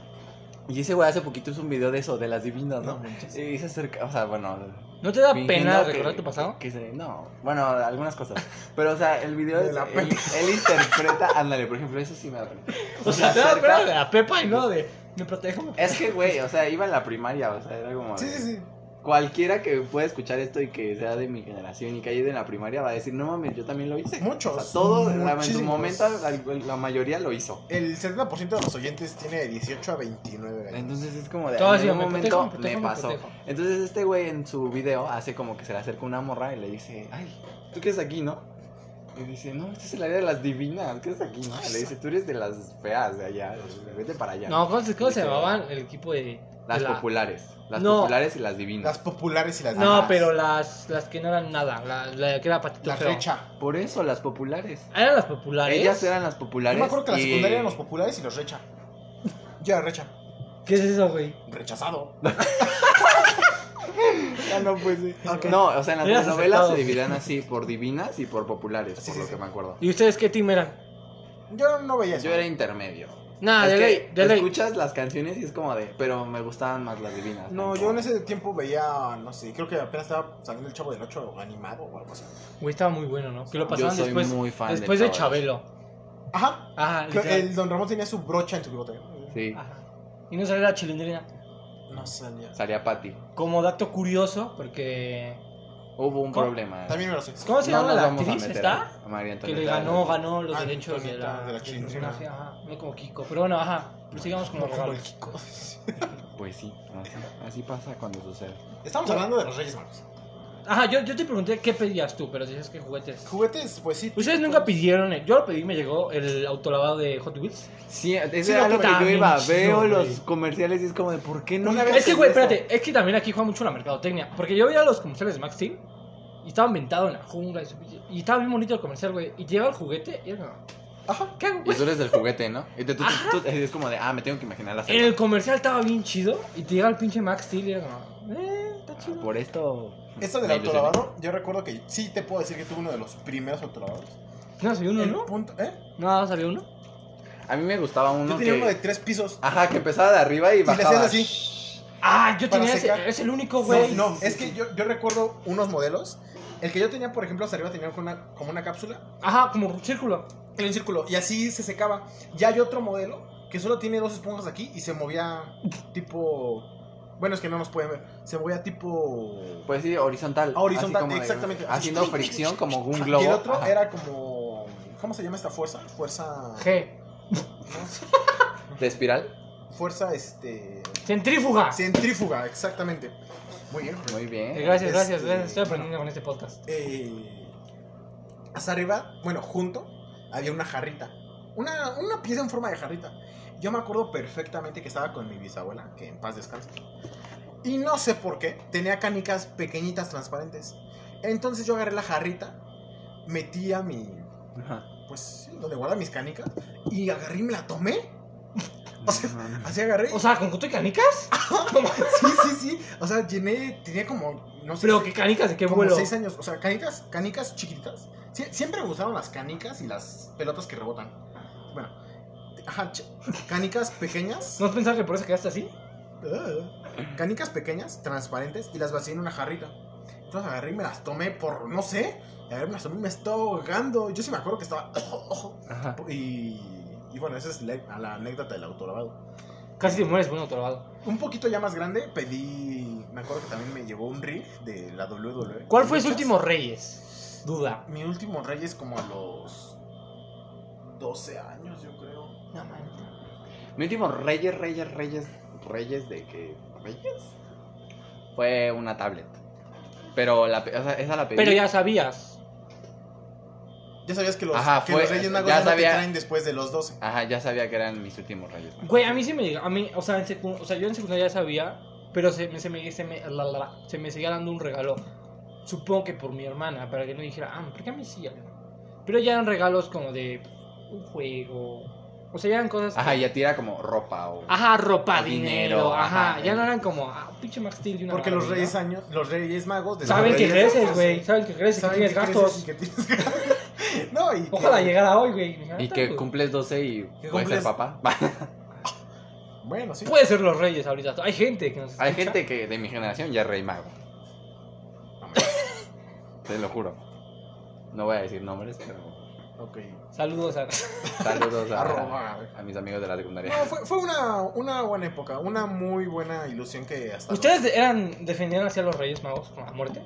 S2: y ese güey hace poquito hizo un video de eso, de las divinas, ¿no?
S1: manches.
S2: Y se acerca, o sea, bueno,
S3: ¿No te da
S2: Fingiendo
S3: pena
S2: que-
S3: recordar
S2: *laughs*
S3: tu pasado?
S2: que se- no, bueno, algunas cosas. Pero, o sea, el video
S1: De
S2: es-
S1: la
S2: él, él interpreta, ándale, por ejemplo, eso sí me da pena.
S3: *laughs* O sea,
S2: Se
S3: te da
S2: acerca-
S3: pena de la Pepa y no de, me protejo. me-
S2: Es que, güey, o sea, iba en la primaria, o sea, era como.
S1: Sí,
S2: de-
S1: sí, sí.
S2: Cualquiera que pueda escuchar esto y que sea de mi generación y que haya ido en la primaria va a decir, no mames, yo también lo hice.
S1: Muchos.
S2: O sea, todo, la- en su
S1: muchísimos.
S2: momento, la, la mayoría lo hizo.
S1: El 70% de los oyentes tiene de 18 a 29 años.
S2: Entonces es como de.
S3: Todo
S2: en
S3: así,
S2: algún
S3: me
S2: momento
S3: protejo, me protejo,
S2: me
S3: me
S2: pasó.
S3: protejo.
S2: Entonces este güey en su video hace como que se le acerca una morra y le dice, ay, ¿tú qué eres aquí, no? Y dice, no, este es el área de las divinas, ¿qué eres aquí, no? Y le dice, tú eres de las feas de allá, vete para allá.
S3: No, ¿cómo se, cómo se
S2: Dice-
S3: llamaban el equipo de...?
S2: Las
S3: de la-
S2: populares, las
S3: No.
S2: populares y las divinas.
S1: Las populares y las
S3: No,
S1: demás.
S3: pero las, las que no eran nada, la, la que era patito
S1: La
S3: feo.
S1: recha.
S2: Por eso, las populares.
S3: Eran las populares.
S2: Ellas eran las
S1: Yo
S2: populares.
S1: me acuerdo que la
S2: y-
S1: secundaria eran los populares y los recha. *laughs* Yo era recha.
S3: ¿Qué es eso, güey?
S2: *laughs*
S1: Rechazado.
S2: Ah, no, pues sí.
S1: Ok.
S2: No, o sea, en las novelas
S3: Eras
S2: se
S3: aceptado.
S2: dividían así, por divinas y por populares,
S1: Sí,
S2: por
S1: sí,
S2: lo
S1: sí.
S2: que me acuerdo.
S3: ¿Y ustedes qué team eran?
S1: Yo no veía eso.
S2: Yo era intermedio.
S3: Nada,
S2: Es
S3: de
S2: que
S3: ley, de ley.
S2: escuchas las canciones y es como de, pero me gustaban más las divinas.
S1: No,
S2: Como-
S1: yo en ese tiempo veía, no sé, creo que apenas estaba saliendo el Chavo del 8 animado o algo así.
S3: Güey, estaba muy bueno, ¿no? Que lo
S1: Yo
S3: pasaban
S2: soy
S3: después,
S2: muy fan de
S3: después de
S2: Chabelo.
S3: Chabelo.
S1: Ajá.
S3: Ajá,
S1: Creo-
S3: Ah, literal.
S1: El Don Ramón tenía su brocha en su bigote.
S2: Sí,
S3: Ajá. Y no salía la chilindrina.
S1: No salía.
S2: salía Patty.
S3: Como dato curioso, porque...
S2: Hubo un
S3: ¿Cómo?
S2: problema.
S1: También me lo sé.
S3: ¿Cómo se
S2: No
S3: llama
S2: nos
S3: la
S2: vamos a
S3: actriz?
S2: meter
S3: ¿Está?
S2: a María
S3: Que le
S2: Antonieta.
S3: ganó, ganó los
S1: Ah,
S3: derechos de la,
S1: de la chilindrina.
S3: personaje, Ajá, no como Kiko. Pero bueno, ajá, prosigamos con los
S1: Como el
S3: regalos.
S1: Kiko.
S2: Pues sí, así, así pasa cuando sucede.
S1: Estamos hablando de los Reyes Magos.
S3: Ajá, yo, yo te pregunté qué pedías tú, pero dices que juguetes.
S1: Juguetes, pues sí.
S3: Ustedes nunca pidieron, eh, yo lo pedí, me llegó el autolavado de Hot Wheels.
S2: Sí, es
S1: Sí,
S2: era
S1: lo
S2: lo que yo
S3: también
S2: iba.
S3: chido,
S2: Veo
S3: güey.
S2: los comerciales y es como de, ¿por qué no?
S1: Una vez-
S3: Es que, güey,
S2: hacen eso?
S3: espérate, es que también aquí juega mucho la mercadotecnia. Porque yo veía los comerciales de Max Steel y estaba inventado en la jungla y, su- y estaba bien bonito el comercial, güey. Y llegaba el juguete y era como,
S1: Ajá.
S3: ¿qué hago,
S2: Y
S3: güey?
S2: tú eres del
S3: *laughs*
S2: juguete, ¿no? Y te- tú- tú- tú- es como de, ah, me tengo que imaginar la
S3: En
S2: selva.
S3: el comercial estaba bien chido y te llega el pinche Max Steel y era como, eh, está
S2: Ah,
S3: chido.
S2: Por esto.
S1: Esto del
S2: me ilusioné.
S1: autolavado, yo recuerdo que sí te puedo decir que tuve uno de los primeros autolavados.
S3: No, salió uno,
S1: El
S3: ¿no?
S1: punto, ¿eh?
S3: No, salió uno.
S2: A mí me gustaba uno.
S1: Yo tenía
S2: que...
S1: uno de tres pisos.
S2: Ajá, que empezaba de arriba y
S1: le hacías
S2: bajaba.
S1: así.
S3: Ah, yo
S1: Para
S3: tenía
S1: secar.
S3: ese, es el único,
S1: No,
S3: güey.
S1: no, es que yo, yo recuerdo unos modelos. El que yo tenía, por ejemplo, hasta arriba tenía como una, como una cápsula
S3: Ajá, como un círculo.
S1: en un círculo y así se secaba. Ya hay otro modelo que solo tiene dos esponjas aquí y se movía tipo. Bueno, es que no nos pueden ver. Se movía tipo.
S2: Pues sí, horizontal.
S1: Ah, horizontal,
S2: así como de-
S1: exactamente.
S2: haciendo fricción como un globo.
S1: Y el otro
S2: Ajá.
S1: era como. ¿Cómo se llama esta fuerza? Fuerza.
S3: G.
S2: de espiral.
S1: Fuerza este.
S3: Centrífuga. Eh,
S1: Centrífuga, exactamente. Muy bien.
S2: Muy bien.
S3: Gracias, gracias,
S1: Este,
S3: gracias. Estoy aprendiendo con este podcast.
S1: eh, hasta arriba, bueno, junto, había una jarrita. Una, una pieza en forma de jarrita. Yo me acuerdo perfectamente que estaba con mi bisabuela, que en paz descanse. Y no sé por qué, tenía canicas pequeñitas transparentes. Entonces yo agarré la jarrita, metí a mi.
S2: Ajá.
S1: Pues sí, donde guardan mis canicas. Y agarré y me la tomé. O sea, Así agarré.
S3: *laughs* O sea, ¿con cuto
S1: *laughs*
S3: y canicas?
S1: sí, sí, sí. O sea, llené. Tenía como. No sé.
S3: Pero
S1: si-
S3: que canicas de qué
S1: como
S3: vuelo.
S1: seis años. O sea, canicas, canicas chiquititas. Sie- siempre me gustaron las canicas y las pelotas que rebotan. Bueno, ajá, ch- canicas pequeñas.
S3: ¿No has pensado que por eso quedaste así?
S1: Ah. Canicas pequeñas, transparentes, y las vacié en una jarrita. Entonces agarré y me las tomé por, no sé, y agarré y me las tomé y me estaba ahogando. Yo sí me acuerdo que estaba... *coughs*
S2: Ajá.
S1: Y, y bueno, esa es la, la anécdota del autolavado.
S3: Casi te mueres por un autolavado.
S1: Un poquito ya más grande, pedí... Me acuerdo que también me llevó un rig de la WWE.
S3: ¿Cuál fue su
S1: Muchas.
S3: último Reyes? Duda.
S1: Mi último rey es como a los 12 años, yo creo.
S3: No mames.
S2: Mi último Reyes, Reyes, Reyes, Reyes de que. ¿Reyes? Fue una tablet. Pero la, pe- o sea, esa la pedí.
S3: Pero ya sabías.
S1: Ya sabías que los,
S2: Ajá,
S1: que
S2: fue-
S1: los Reyes Magos
S2: ya
S1: ya no te
S2: sabía.
S1: traen después de los 12.
S2: Ajá, ya sabía que eran mis últimos Reyes. Magos.
S3: Güey, a mí sí me llega. A mí, o sea, en secu- o sea yo en secundaria ya sabía, pero se me, se, me, se, me, la, la, la, se me seguía dando un regalo. Supongo que por mi hermana, para que no dijera, ah, ¿por qué a mí sí? a mí no?". Pero ya eran regalos como de un juego. O sea, ya eran cosas.
S2: Ajá, ya tira como ropa o.
S3: Ajá, ropa,
S2: O
S3: dinero.
S2: Ah, dinero,
S3: ajá.
S2: ajá.
S3: Ya no eran como, ah, pinche Max Steel de una
S1: Porque los
S3: barbaridad".
S1: Reyes años, los Reyes Magos después
S3: Saben
S1: de
S3: que
S1: Reyes
S3: creces,
S1: Magos,
S3: güey. Saben que creces, que
S1: saben
S3: tienes
S1: que creces
S3: gastos.
S1: y que tienes gastos. *laughs* no, y
S3: *laughs* Ojalá
S1: que-
S3: llegara hoy, güey.
S2: Y que cumples 12 y
S1: Que
S2: puedes
S1: cumples-
S2: ser papá.
S1: Bueno, sí.
S3: Puede ser los reyes ahorita. Hay gente que nos
S2: Hay
S3: escucha.
S2: gente que de mi generación ya es rey
S3: *laughs*
S2: mago.
S1: No, hombre.
S2: Te lo juro. No voy a decir nombres, pero.
S1: Ok.
S3: Saludos a...
S2: Saludos a,
S1: Arroba.
S2: a mis amigos de la secundaria.
S1: No, fue, fue una, una buena época, una muy buena ilusión que hasta...
S3: ¿Ustedes eran, defendían hacia los reyes magos con la muerte?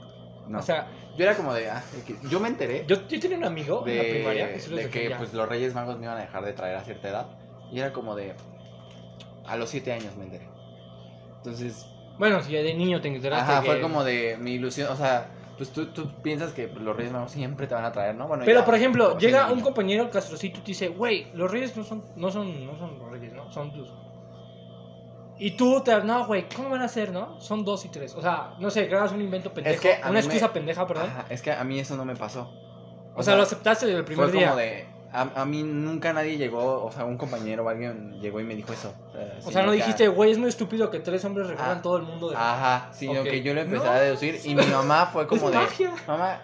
S2: No.
S3: O sea,
S2: yo era como de. ah, X. yo me enteré.
S3: yo, yo tenía un amigo
S2: de,
S3: en la primaria que sí los
S2: de que
S3: defendía.
S2: pues los Reyes Magos me iban a dejar de traer a cierta edad. Y era como de. A los 7 años me enteré. Entonces.
S3: Bueno, si de niño te enteraste
S2: Ajá,
S3: que-
S2: fue como de mi ilusión. O sea, pues tú, tú piensas que pues, los Reyes Magos siempre te van a traer, ¿no? Bueno,
S3: Pero,
S2: ya,
S3: por ejemplo,
S2: como
S3: llega
S2: siendo
S3: un
S2: niño.
S3: compañero castrocito y te dice, güey, los reyes no son, no son, no son los reyes, ¿no? Son tus... Y tú te das, no, güey, ¿cómo van a ser, no? Son dos y tres. O sea, no sé, creas un invento pendejo.
S2: que a
S3: una
S2: mí me-
S3: excusa pendeja, perdón.
S2: Ajá, es que a mí eso no me pasó.
S3: O sea, lo aceptaste desde el primer
S2: fue
S3: día.
S2: como de. A, a mí nunca nadie llegó, o sea, un compañero o alguien llegó y me dijo eso.
S3: O sea, no dijiste, güey, es muy estúpido que tres hombres recorran
S2: Ah.
S3: todo el mundo. De...
S2: Ajá, sino
S3: Ok.
S2: que yo lo empecé
S1: No.
S2: a deducir y mi mamá
S3: *laughs*
S2: fue como
S3: es
S2: de.
S3: magia.
S2: Mamá,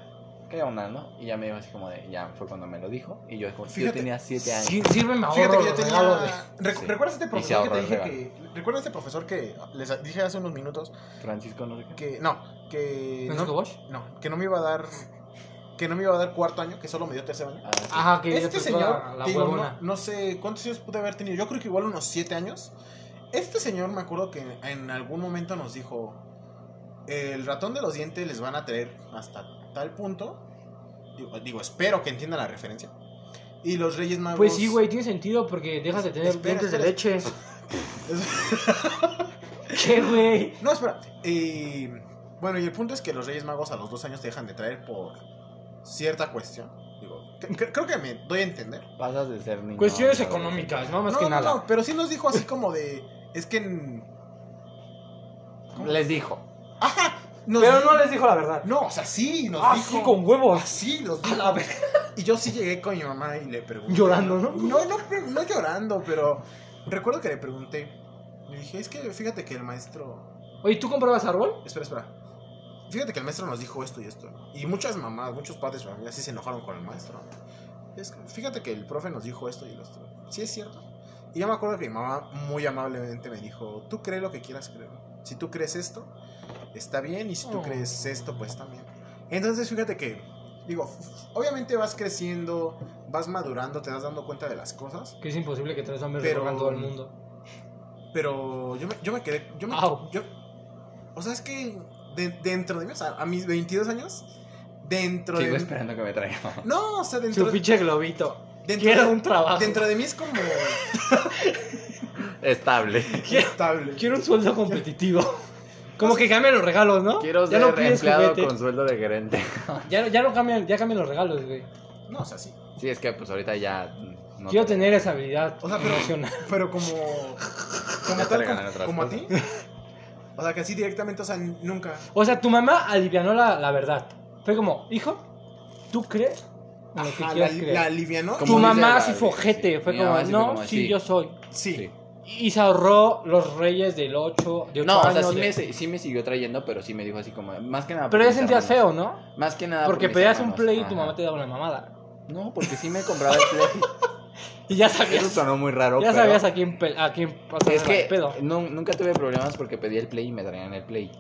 S2: ¿qué onda, no? Y ya me dijo así como de, ya fue cuando me lo dijo. Y yo, como,
S1: Fíjate.
S2: yo tenía 7 años.
S3: Sí, sirve me
S1: Fíjate
S3: ahorro
S1: que yo
S3: los
S1: tenía.
S3: regalos de-
S1: Recu-
S2: Sí.
S1: ¿Recuerdas este
S2: Y se
S1: profesor que
S2: ahorró
S1: te
S2: el
S1: dije que.
S2: regalo.
S1: ¿Recuerdas este profesor que les dije hace unos minutos
S2: Francisco no sé qué.
S1: que. No, que.
S3: ¿Francisco
S1: No,
S3: Bosch?
S1: no, que no me iba a dar. Que no me iba a dar cuarto año, que solo me dio tercer año.
S2: Ah, sí.
S3: Ajá, que ya
S1: Este
S3: te toda
S1: señor,
S3: la
S1: te digo,
S3: huevona.
S1: no, no sé cuántos años pude haber tenido. Yo creo que igual unos siete años. Este señor me acuerdo que en algún momento nos dijo: El ratón de los dientes les van a traer hasta tal punto. Digo, digo, espero que entiendan la referencia. Y los Reyes Magos.
S3: Pues sí, güey, tiene sentido porque dejas de tener
S1: Espera,
S3: dientes de
S1: espera.
S3: *laughs* leche. ¿Qué, güey?
S1: No, espera. Y, bueno, y el punto es que los Reyes Magos a los dos años te dejan de traer por cierta cuestión. Digo, cre- cre- creo que me doy a entender.
S2: Pasas de ser niño.
S3: Cuestiones
S2: a
S3: económicas, ¿no? Más
S1: no,
S3: que
S1: no,
S3: nada.
S1: no, pero sí nos dijo así como de. Es que. en-
S2: adolescente. Les dijo.
S1: Ajá. Nos
S3: Pero
S1: di-
S3: no les dijo la verdad.
S1: No, o sea, sí, nos
S3: Ah,
S1: dijo.
S3: sí, con huevos.
S1: Así nos
S3: A
S1: dijo.
S3: la ver-
S1: Y yo sí llegué con mi mamá y le pregunté.
S3: Llorando, ¿no?
S1: No, no, pre- no llorando, pero recuerdo que le pregunté. Le dije, es que fíjate que el maestro.
S3: Oye, ¿tú comprabas árbol?
S1: Espera, espera. Fíjate que el maestro nos dijo esto y esto. Y muchas mamás, muchos padres de familia sí se enojaron con el maestro. Es que, fíjate que el profe nos dijo esto y lo otro. Sí es cierto. Y yo me acuerdo que mi mamá muy amablemente me dijo, tú cree lo que quieras creer. Si tú crees esto, está bien. Y si tú
S3: Oh.
S1: crees esto, pues también. Entonces fíjate que, digo, obviamente vas creciendo, vas madurando, te vas dando cuenta de las cosas.
S3: Que es imposible que tres hombres
S1: Pero-
S3: recorran todo el mundo.
S1: Pero yo me, yo me quedé. Yo me,
S3: Au.
S1: yo- o sea, es que de- dentro de mí, o sea, a mis 22 años, dentro
S2: Sigo
S1: de.
S2: esperando que me traiga.
S1: No, o sea, dentro,
S3: Su pinche globito.
S1: dentro,
S3: Quiero un trabajo.
S1: dentro de mí es
S3: *laughs*
S1: como
S2: *laughs* Estable.
S3: Quiero-
S1: estable.
S3: Quiero un *laughs* sueldo competitivo. Como que cambian los regalos, ¿no?
S2: Quiero
S3: ya
S2: ser
S3: no pides
S2: empleado
S3: juguete.
S2: con sueldo de gerente.
S3: Ya, ya no cambian, ya cambian los regalos, güey.
S1: No, o sea, sí.
S2: Sí, es que pues ahorita ya. No
S3: Quiero tener esa habilidad
S1: O sea, pero-
S3: emocional.
S1: Pero como. Como
S2: Ya te
S1: tal,
S2: regalan
S1: como,
S2: otras
S1: como a ti.
S2: cosas. *laughs*
S1: O sea, que así directamente, o sea, nunca.
S3: O sea, tu mamá alivianó la, la verdad. Fue como, hijo, ¿tú crees en lo que
S1: Ajá, Ah, la,
S3: quieras creer?
S1: la alivianó.
S2: Como
S3: Tu
S2: dice
S3: mamá
S2: la-
S3: sí fue ojete,
S2: sí.
S3: fue
S2: Mi
S3: como,
S2: mamá sí fue
S3: no,
S2: como,
S3: sí,
S2: sí".
S3: yo soy.
S1: Sí.
S2: Sí.
S3: Y se ahorró los reyes del 8, de 8
S2: No, o
S3: años.
S2: sea, sí
S3: de-
S2: me, sí me siguió trayendo, pero sí me dijo así como. Más que nada.
S3: Pero
S2: por
S3: ya
S2: mis
S3: sentías
S2: hermanos.
S3: feo, ¿no?
S2: Más que nada. por
S3: Porque
S2: mis
S3: pedías un
S2: hermanos.
S3: play y tu
S2: Ajá.
S3: mamá te daba una mamada.
S2: No, porque sí me compraba el play.
S3: Y *laughs* ya
S2: Eso
S3: sabías.
S2: sonó muy raro.
S3: Ya
S2: pero-
S3: sabías a quién, pe- a quién o sea,
S2: Es que
S3: al pedo.
S2: nu- nunca tuve problemas porque pedí el play y me traían el play.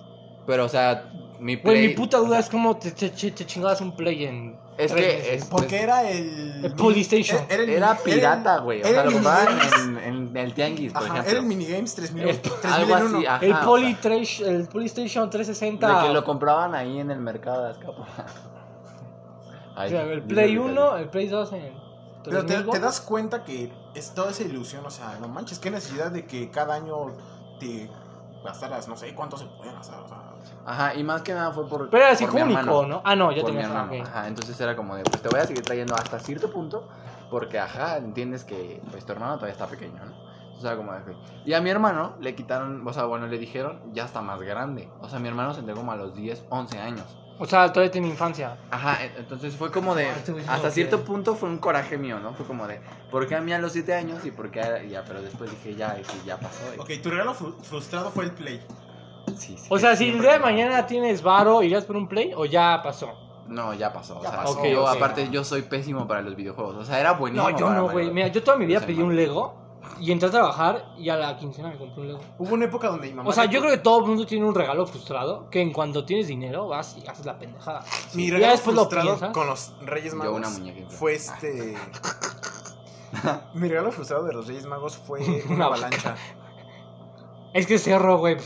S2: Pero, o sea, mi play.
S3: Güey, mi puta duda es cómo te, te- te- te chingabas un play en.
S2: Es
S3: tres
S2: que.
S3: meses.
S2: es-
S1: Porque
S2: es-
S1: era el.
S3: Pues, El Polystation.
S2: era,
S1: el-
S2: pirata, güey. O
S1: era
S2: sea,
S1: el
S2: lo compraban
S1: minigames.
S2: en, en el tianguis, por
S1: Ajá,
S2: ejemplo.
S1: era el minigames 3000,
S3: El-
S1: 3001.
S2: Algo así, ajá.
S3: el,
S2: o sea,
S3: Poly Trash- el PlayStation
S2: de
S3: 360.
S2: que lo compraban ahí en el mercado de Azcapotzalco.
S3: o
S2: Ay,
S3: sea, el
S2: dime,
S3: Play
S2: Ricardo.
S3: 1, el Play 2 en.
S1: Pero te,
S3: 3000
S1: te das cuenta que es toda esa ilusión, o sea, no manches, qué necesidad de que cada año te gastaras, no sé cuánto se pueden gastar, o sea.
S2: Ajá, y más que nada fue por.
S3: Pero era así
S2: por mi hermano.
S3: único, ¿no? Ah, no, ya
S2: por
S3: tenía
S2: mi
S3: hermano.
S2: hermano. Ajá, entonces era como de, pues te voy a seguir trayendo hasta cierto punto, porque ajá, entiendes que pues tu hermano todavía está pequeño, ¿no? Entonces era como de, ok. y a mi hermano le quitaron, o sea, bueno, le dijeron, ya está más grande. O sea, mi hermano se entró como a los 10, 11 años.
S3: O sea, todavía tiene infancia.
S2: Ajá, e- entonces fue como de,
S3: Ah, este güey sí
S2: hasta
S3: lo
S2: cierto
S3: quiere.
S2: punto fue un coraje mío, ¿no? Fue como de, ¿por qué a mí a los 7 años y por qué a- ya? Pero después dije, ya, es que ya pasó. y-
S1: Ok, tu regalo fru- frustrado fue el Play.
S2: sí, sí,
S3: O sea, si el
S2: siempre
S3: día de
S2: me-
S3: mañana tienes varo, ¿irías por un Play o ya pasó?
S2: No, ya pasó. o
S1: Ya
S2: sea,
S1: pasó,
S2: yo,
S3: ok.
S2: aparte, yo soy pésimo para los videojuegos. O sea, era buenísimo.
S3: No, yo
S2: para
S3: no,
S2: Mario
S3: güey.
S2: Bros.
S3: Mira, yo toda mi vida
S2: Yo soy
S3: pedí un
S2: malo.
S3: Lego y entré a trabajar y a la quincena me compré un Lego.
S1: Hubo una época donde mi mamá.
S3: O sea, yo creo que todo el mundo tiene un regalo frustrado que en cuanto tienes dinero vas y haces la pendejada.
S1: Mi
S3: Ya
S1: regalo
S3: después lo
S1: frustrado
S3: piensas.
S1: con los Reyes
S2: Yo
S1: Magos
S2: una muñeca. Ah.
S1: fue este. *laughs* Mi regalo frustrado de los Reyes Magos fue una
S3: *laughs* Una
S1: avalancha.
S3: Es que cerro, güey.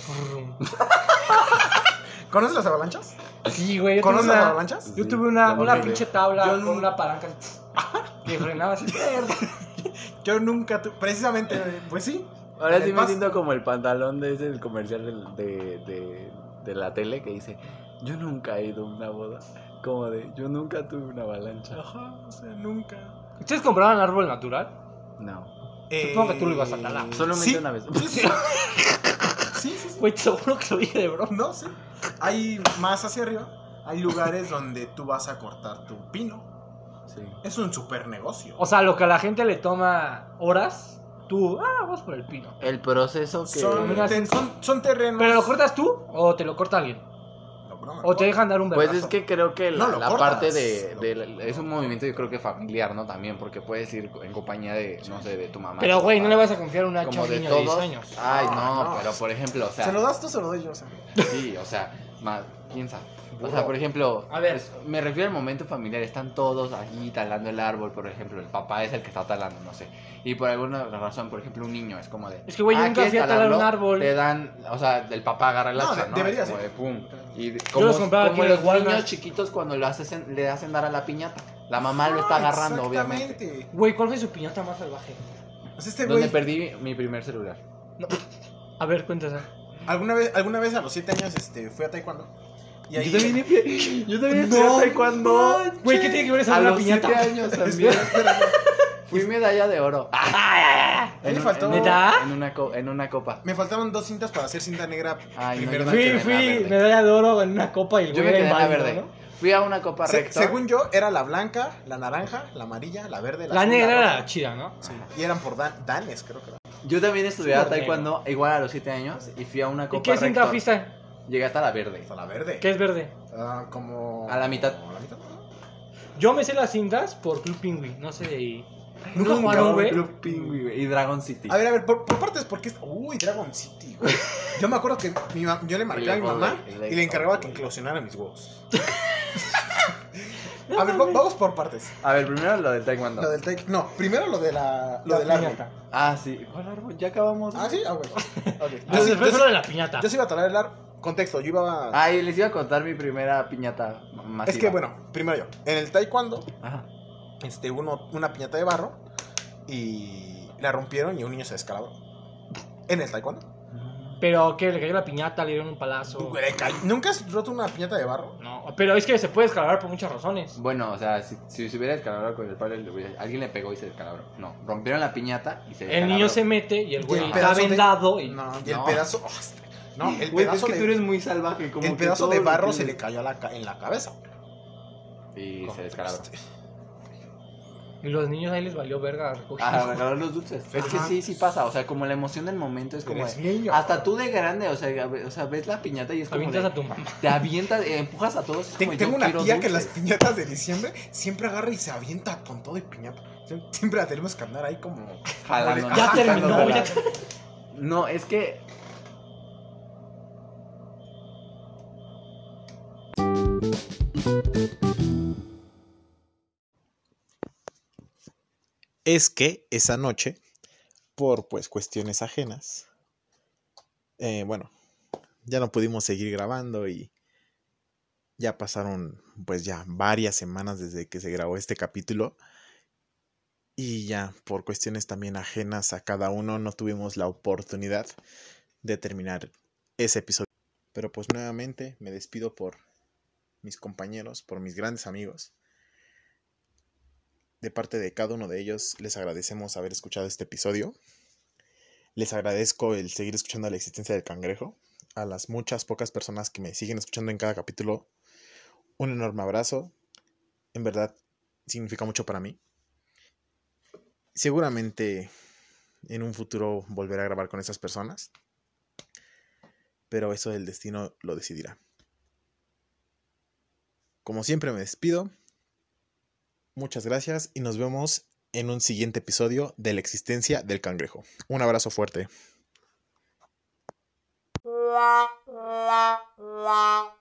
S1: ¿Conoces las avalanchas?
S3: Sí, güey. yo tuve
S1: ¿Conoces las
S3: una-
S1: avalanchas?
S3: Yo tuve una,
S2: Sí,
S3: una
S2: ok.
S3: pinche tabla
S1: Yo
S3: con
S1: no-
S3: una palanca así, *laughs* que frenaba así.
S1: Yo nunca tuve. Precisamente, pues sí.
S2: Ahora
S1: En
S2: sí
S1: el
S2: me
S1: pas-
S2: siento como el pantalón de ese el comercial del- de, de- de la tele que dice: Yo nunca he ido a una boda. Como de: Yo nunca tuve una avalancha.
S1: Ajá, o sea, nunca.
S3: ¿Ustedes compraban árbol natural?
S2: No.
S3: Supongo que tú lo ibas a talar.
S2: Solamente una vez.
S1: Sí, sí. *laughs* sí, sí, sí.
S3: Güey, te seguro que lo dije de broma.
S1: No, sí. Hay más hacia arriba. Hay lugares donde tú vas a cortar tu pino.
S2: Sí.
S1: Es un super negocio.
S3: O sea, lo que a la gente le toma horas, tú, ah, vas por el pino.
S2: El proceso que.
S1: son,
S3: Mira,
S1: te- son, son terrenos.
S3: ¿Pero lo cortas tú o te lo corta alguien?
S1: No, pero no me
S3: ¿O te
S1: acuerdo.
S3: dejan dar un
S2: Pues
S3: vergazo?
S2: es que creo que la,
S1: No, lo
S2: la
S1: cortas.
S2: parte de,
S1: Lo-
S2: de la- Es un movimiento, yo creo que familiar, ¿no? También, porque puedes ir en compañía de, no sé, de tu mamá.
S3: Pero,
S2: tu
S3: güey, no
S2: papá.
S3: le vas a confiar un hacha a
S2: como
S3: un
S2: de
S3: niño de 10
S2: todos. ah.
S3: años.
S2: Ay, no,
S1: Ah, No, no.
S2: pero por ejemplo, o sea.
S1: ¿Se lo das tú se lo doy yo? o sea?
S2: Sí, o sea, más, quién sabe. O sea, por ejemplo,
S3: A ver.
S2: pues, me refiero al momento familiar, están todos allí talando el árbol, por ejemplo, el papá es el que está talando, no sé. Y por alguna razón, por ejemplo, un niño es como de... "Ah,
S3: Es que, güey, yo nunca
S2: ¿quieres
S3: fui a talar un
S2: talarlo?"
S3: árbol.
S2: Te dan, o sea, el papá agarra el
S1: No,
S2: hacha,
S1: de-
S2: ¿no?
S1: debería
S2: Es como
S1: ser.
S2: de pum. Y de- como,
S3: los compraba
S2: como
S3: aquí en
S2: los
S3: el Walmart.
S2: niños chiquitos cuando lo hacen, le hacen dar a la piñata. La mamá lo está agarrando, obviamente.
S1: Ah, Exactamente.
S3: Güey, ¿cuál fue su piñata más salvaje?
S1: O sea, este
S2: Donde
S1: güey,
S2: perdí mi primer celular.
S3: A ver, cuéntese.
S1: alguna vez, alguna vez a los 7 años este, fui a Taekwondo. Y ahí.
S2: Yo también, fui- yo también fui a
S1: No
S2: taekwondo.
S1: manches.
S3: Güey, ¿qué tiene que ver eso
S2: A
S3: con una
S2: los
S3: piñata?
S2: siete años *laughs* también. Fui medalla de *laughs* oro.
S1: Ahí le faltó-
S3: ¿Neta?
S2: En una, co- en una copa.
S1: Me faltaron dos cintas para hacer cinta negra.
S2: Ay, no,
S1: primero.
S2: yo me quedé
S3: Fui,
S2: en la
S3: fui,
S2: verde.
S3: medalla de oro en una copa y el
S2: Yo
S3: güey
S2: me
S3: era
S2: quedé en la
S3: inválido,
S2: verde.
S3: ¿no?
S2: Fui a una copa
S1: Se-
S2: recta.
S1: según yo, era la blanca, la naranja, la amarilla, la verde, la,
S3: La
S1: azul,
S3: negra era
S1: roja.
S3: la chida, ¿no?
S1: Sí, y eran por dan- danes, creo que era.
S2: Yo también estudiaba
S3: Súper negro.
S2: taekwondo igual a los 7 años y fui a una
S3: ¿Y
S2: copa
S3: qué cinta
S2: rector.
S3: fuiste?
S2: Llegué hasta la verde.
S1: Hasta la verde.
S3: ¿Qué es verde?
S1: Ah, como.
S2: A la mitad.
S1: como a la mitad.
S3: Yo me sé las cintas por Club Penguin, no sé de... Nunca
S2: Nunca
S3: jugaron,
S2: un
S3: güey.
S2: Club Penguin, güey, Y Dragon City.
S1: A ver, a ver, por, por partes, porque es. Uy, Dragon City,
S2: *laughs*
S1: güey. Yo me acuerdo que mi ma- yo le marqué a mi mamá y le encargaba que inclusionara mis huevos.
S2: *laughs*
S1: A ver, va- vamos por partes.
S2: A ver, primero lo del taekwondo.
S1: Lo del take. No, primero lo de la. Lo del árbol.
S3: piñata.
S2: Ah, sí. ¿Cuál árbol? Ya acabamos.
S1: Ah, sí, ah,
S2: *laughs*
S1: bueno. Ok.
S3: Ah,
S1: Yo, sí, yo
S3: fue
S1: sí-
S3: solo de la piñata.
S1: yo sí iba a talar el árbol. Contexto, yo iba a.
S2: Ah, y les iba a contar mi primera piñata masiva.
S1: es que bueno, primero yo. En el taekwondo,
S2: Ajá.
S1: este, uno, una piñata de barro y la rompieron y un niño se descalabró. En el taekwondo.
S3: Pero que le cayó la piñata, le dieron un palazo.
S1: Güey, ca- ¿Nunca has roto una piñata de barro?
S3: No, pero es que se puede descargar por muchas razones.
S2: Bueno, o sea, si, si se hubiera descalabrado con el palo, le hubiera- alguien le pegó y se descalabró. No, rompieron la piñata y se
S3: El niño se mete y el güey
S1: el
S3: está
S1: pedazo de-
S3: vendado y...
S1: No, y el
S2: No.
S1: pedazo. oh, no, el
S2: Güey,
S1: pedazo
S2: es que
S1: de-
S2: tú eres muy salvaje. Como
S1: el
S2: que
S1: pedazo
S2: todo
S1: de
S2: lo
S1: barro se le
S2: entiendes.
S1: cayó a la ca- en la cabeza. este,
S2: Y se descalabró.
S3: Y los niños ahí les valió verga recogidos.
S2: *laughs* Ah, regalar los dulces. Es que
S1: Ajá.
S2: sí, sí pasa. O sea, como la emoción del momento es como.
S1: Eres
S2: de-
S1: niño.
S2: hasta tú de grande, o sea, a ve- o sea, ves la piñata y es como.
S3: Avientas
S2: de-
S3: a tu mamá.
S2: Te avientas, eh, empujas a todos. es
S1: Te-
S2: como,
S1: tengo
S2: "Yo
S1: una
S2: quiero
S1: tía que las
S2: dulces".
S1: piñatas de diciembre siempre agarra y se avienta con todo y piñata. Sie- Siempre la tenemos que andar ahí como.
S2: Jalando,
S1: Ya
S2: jalando,
S3: terminó,
S2: jalando.
S3: ya
S2: No, es que.
S1: es que esa noche, por pues cuestiones ajenas, eh, bueno, ya no pudimos seguir grabando y ya pasaron pues ya varias semanas desde que se grabó este capítulo y ya por cuestiones también ajenas a cada uno no tuvimos la oportunidad de terminar ese episodio. Pero pues nuevamente me despido por mis compañeros, por mis grandes amigos. De parte de cada uno de ellos, les agradecemos haber escuchado este episodio. Les agradezco el seguir escuchando la existencia del cangrejo. A las muchas pocas personas que me siguen escuchando en cada capítulo, un enorme abrazo. En verdad, significa mucho para mí. Seguramente en un futuro volveré a grabar con esas personas. Pero eso el destino lo decidirá. Como siempre me despido. Muchas gracias y nos vemos en un siguiente episodio de la existencia del cangrejo. Un abrazo fuerte.
S4: la la la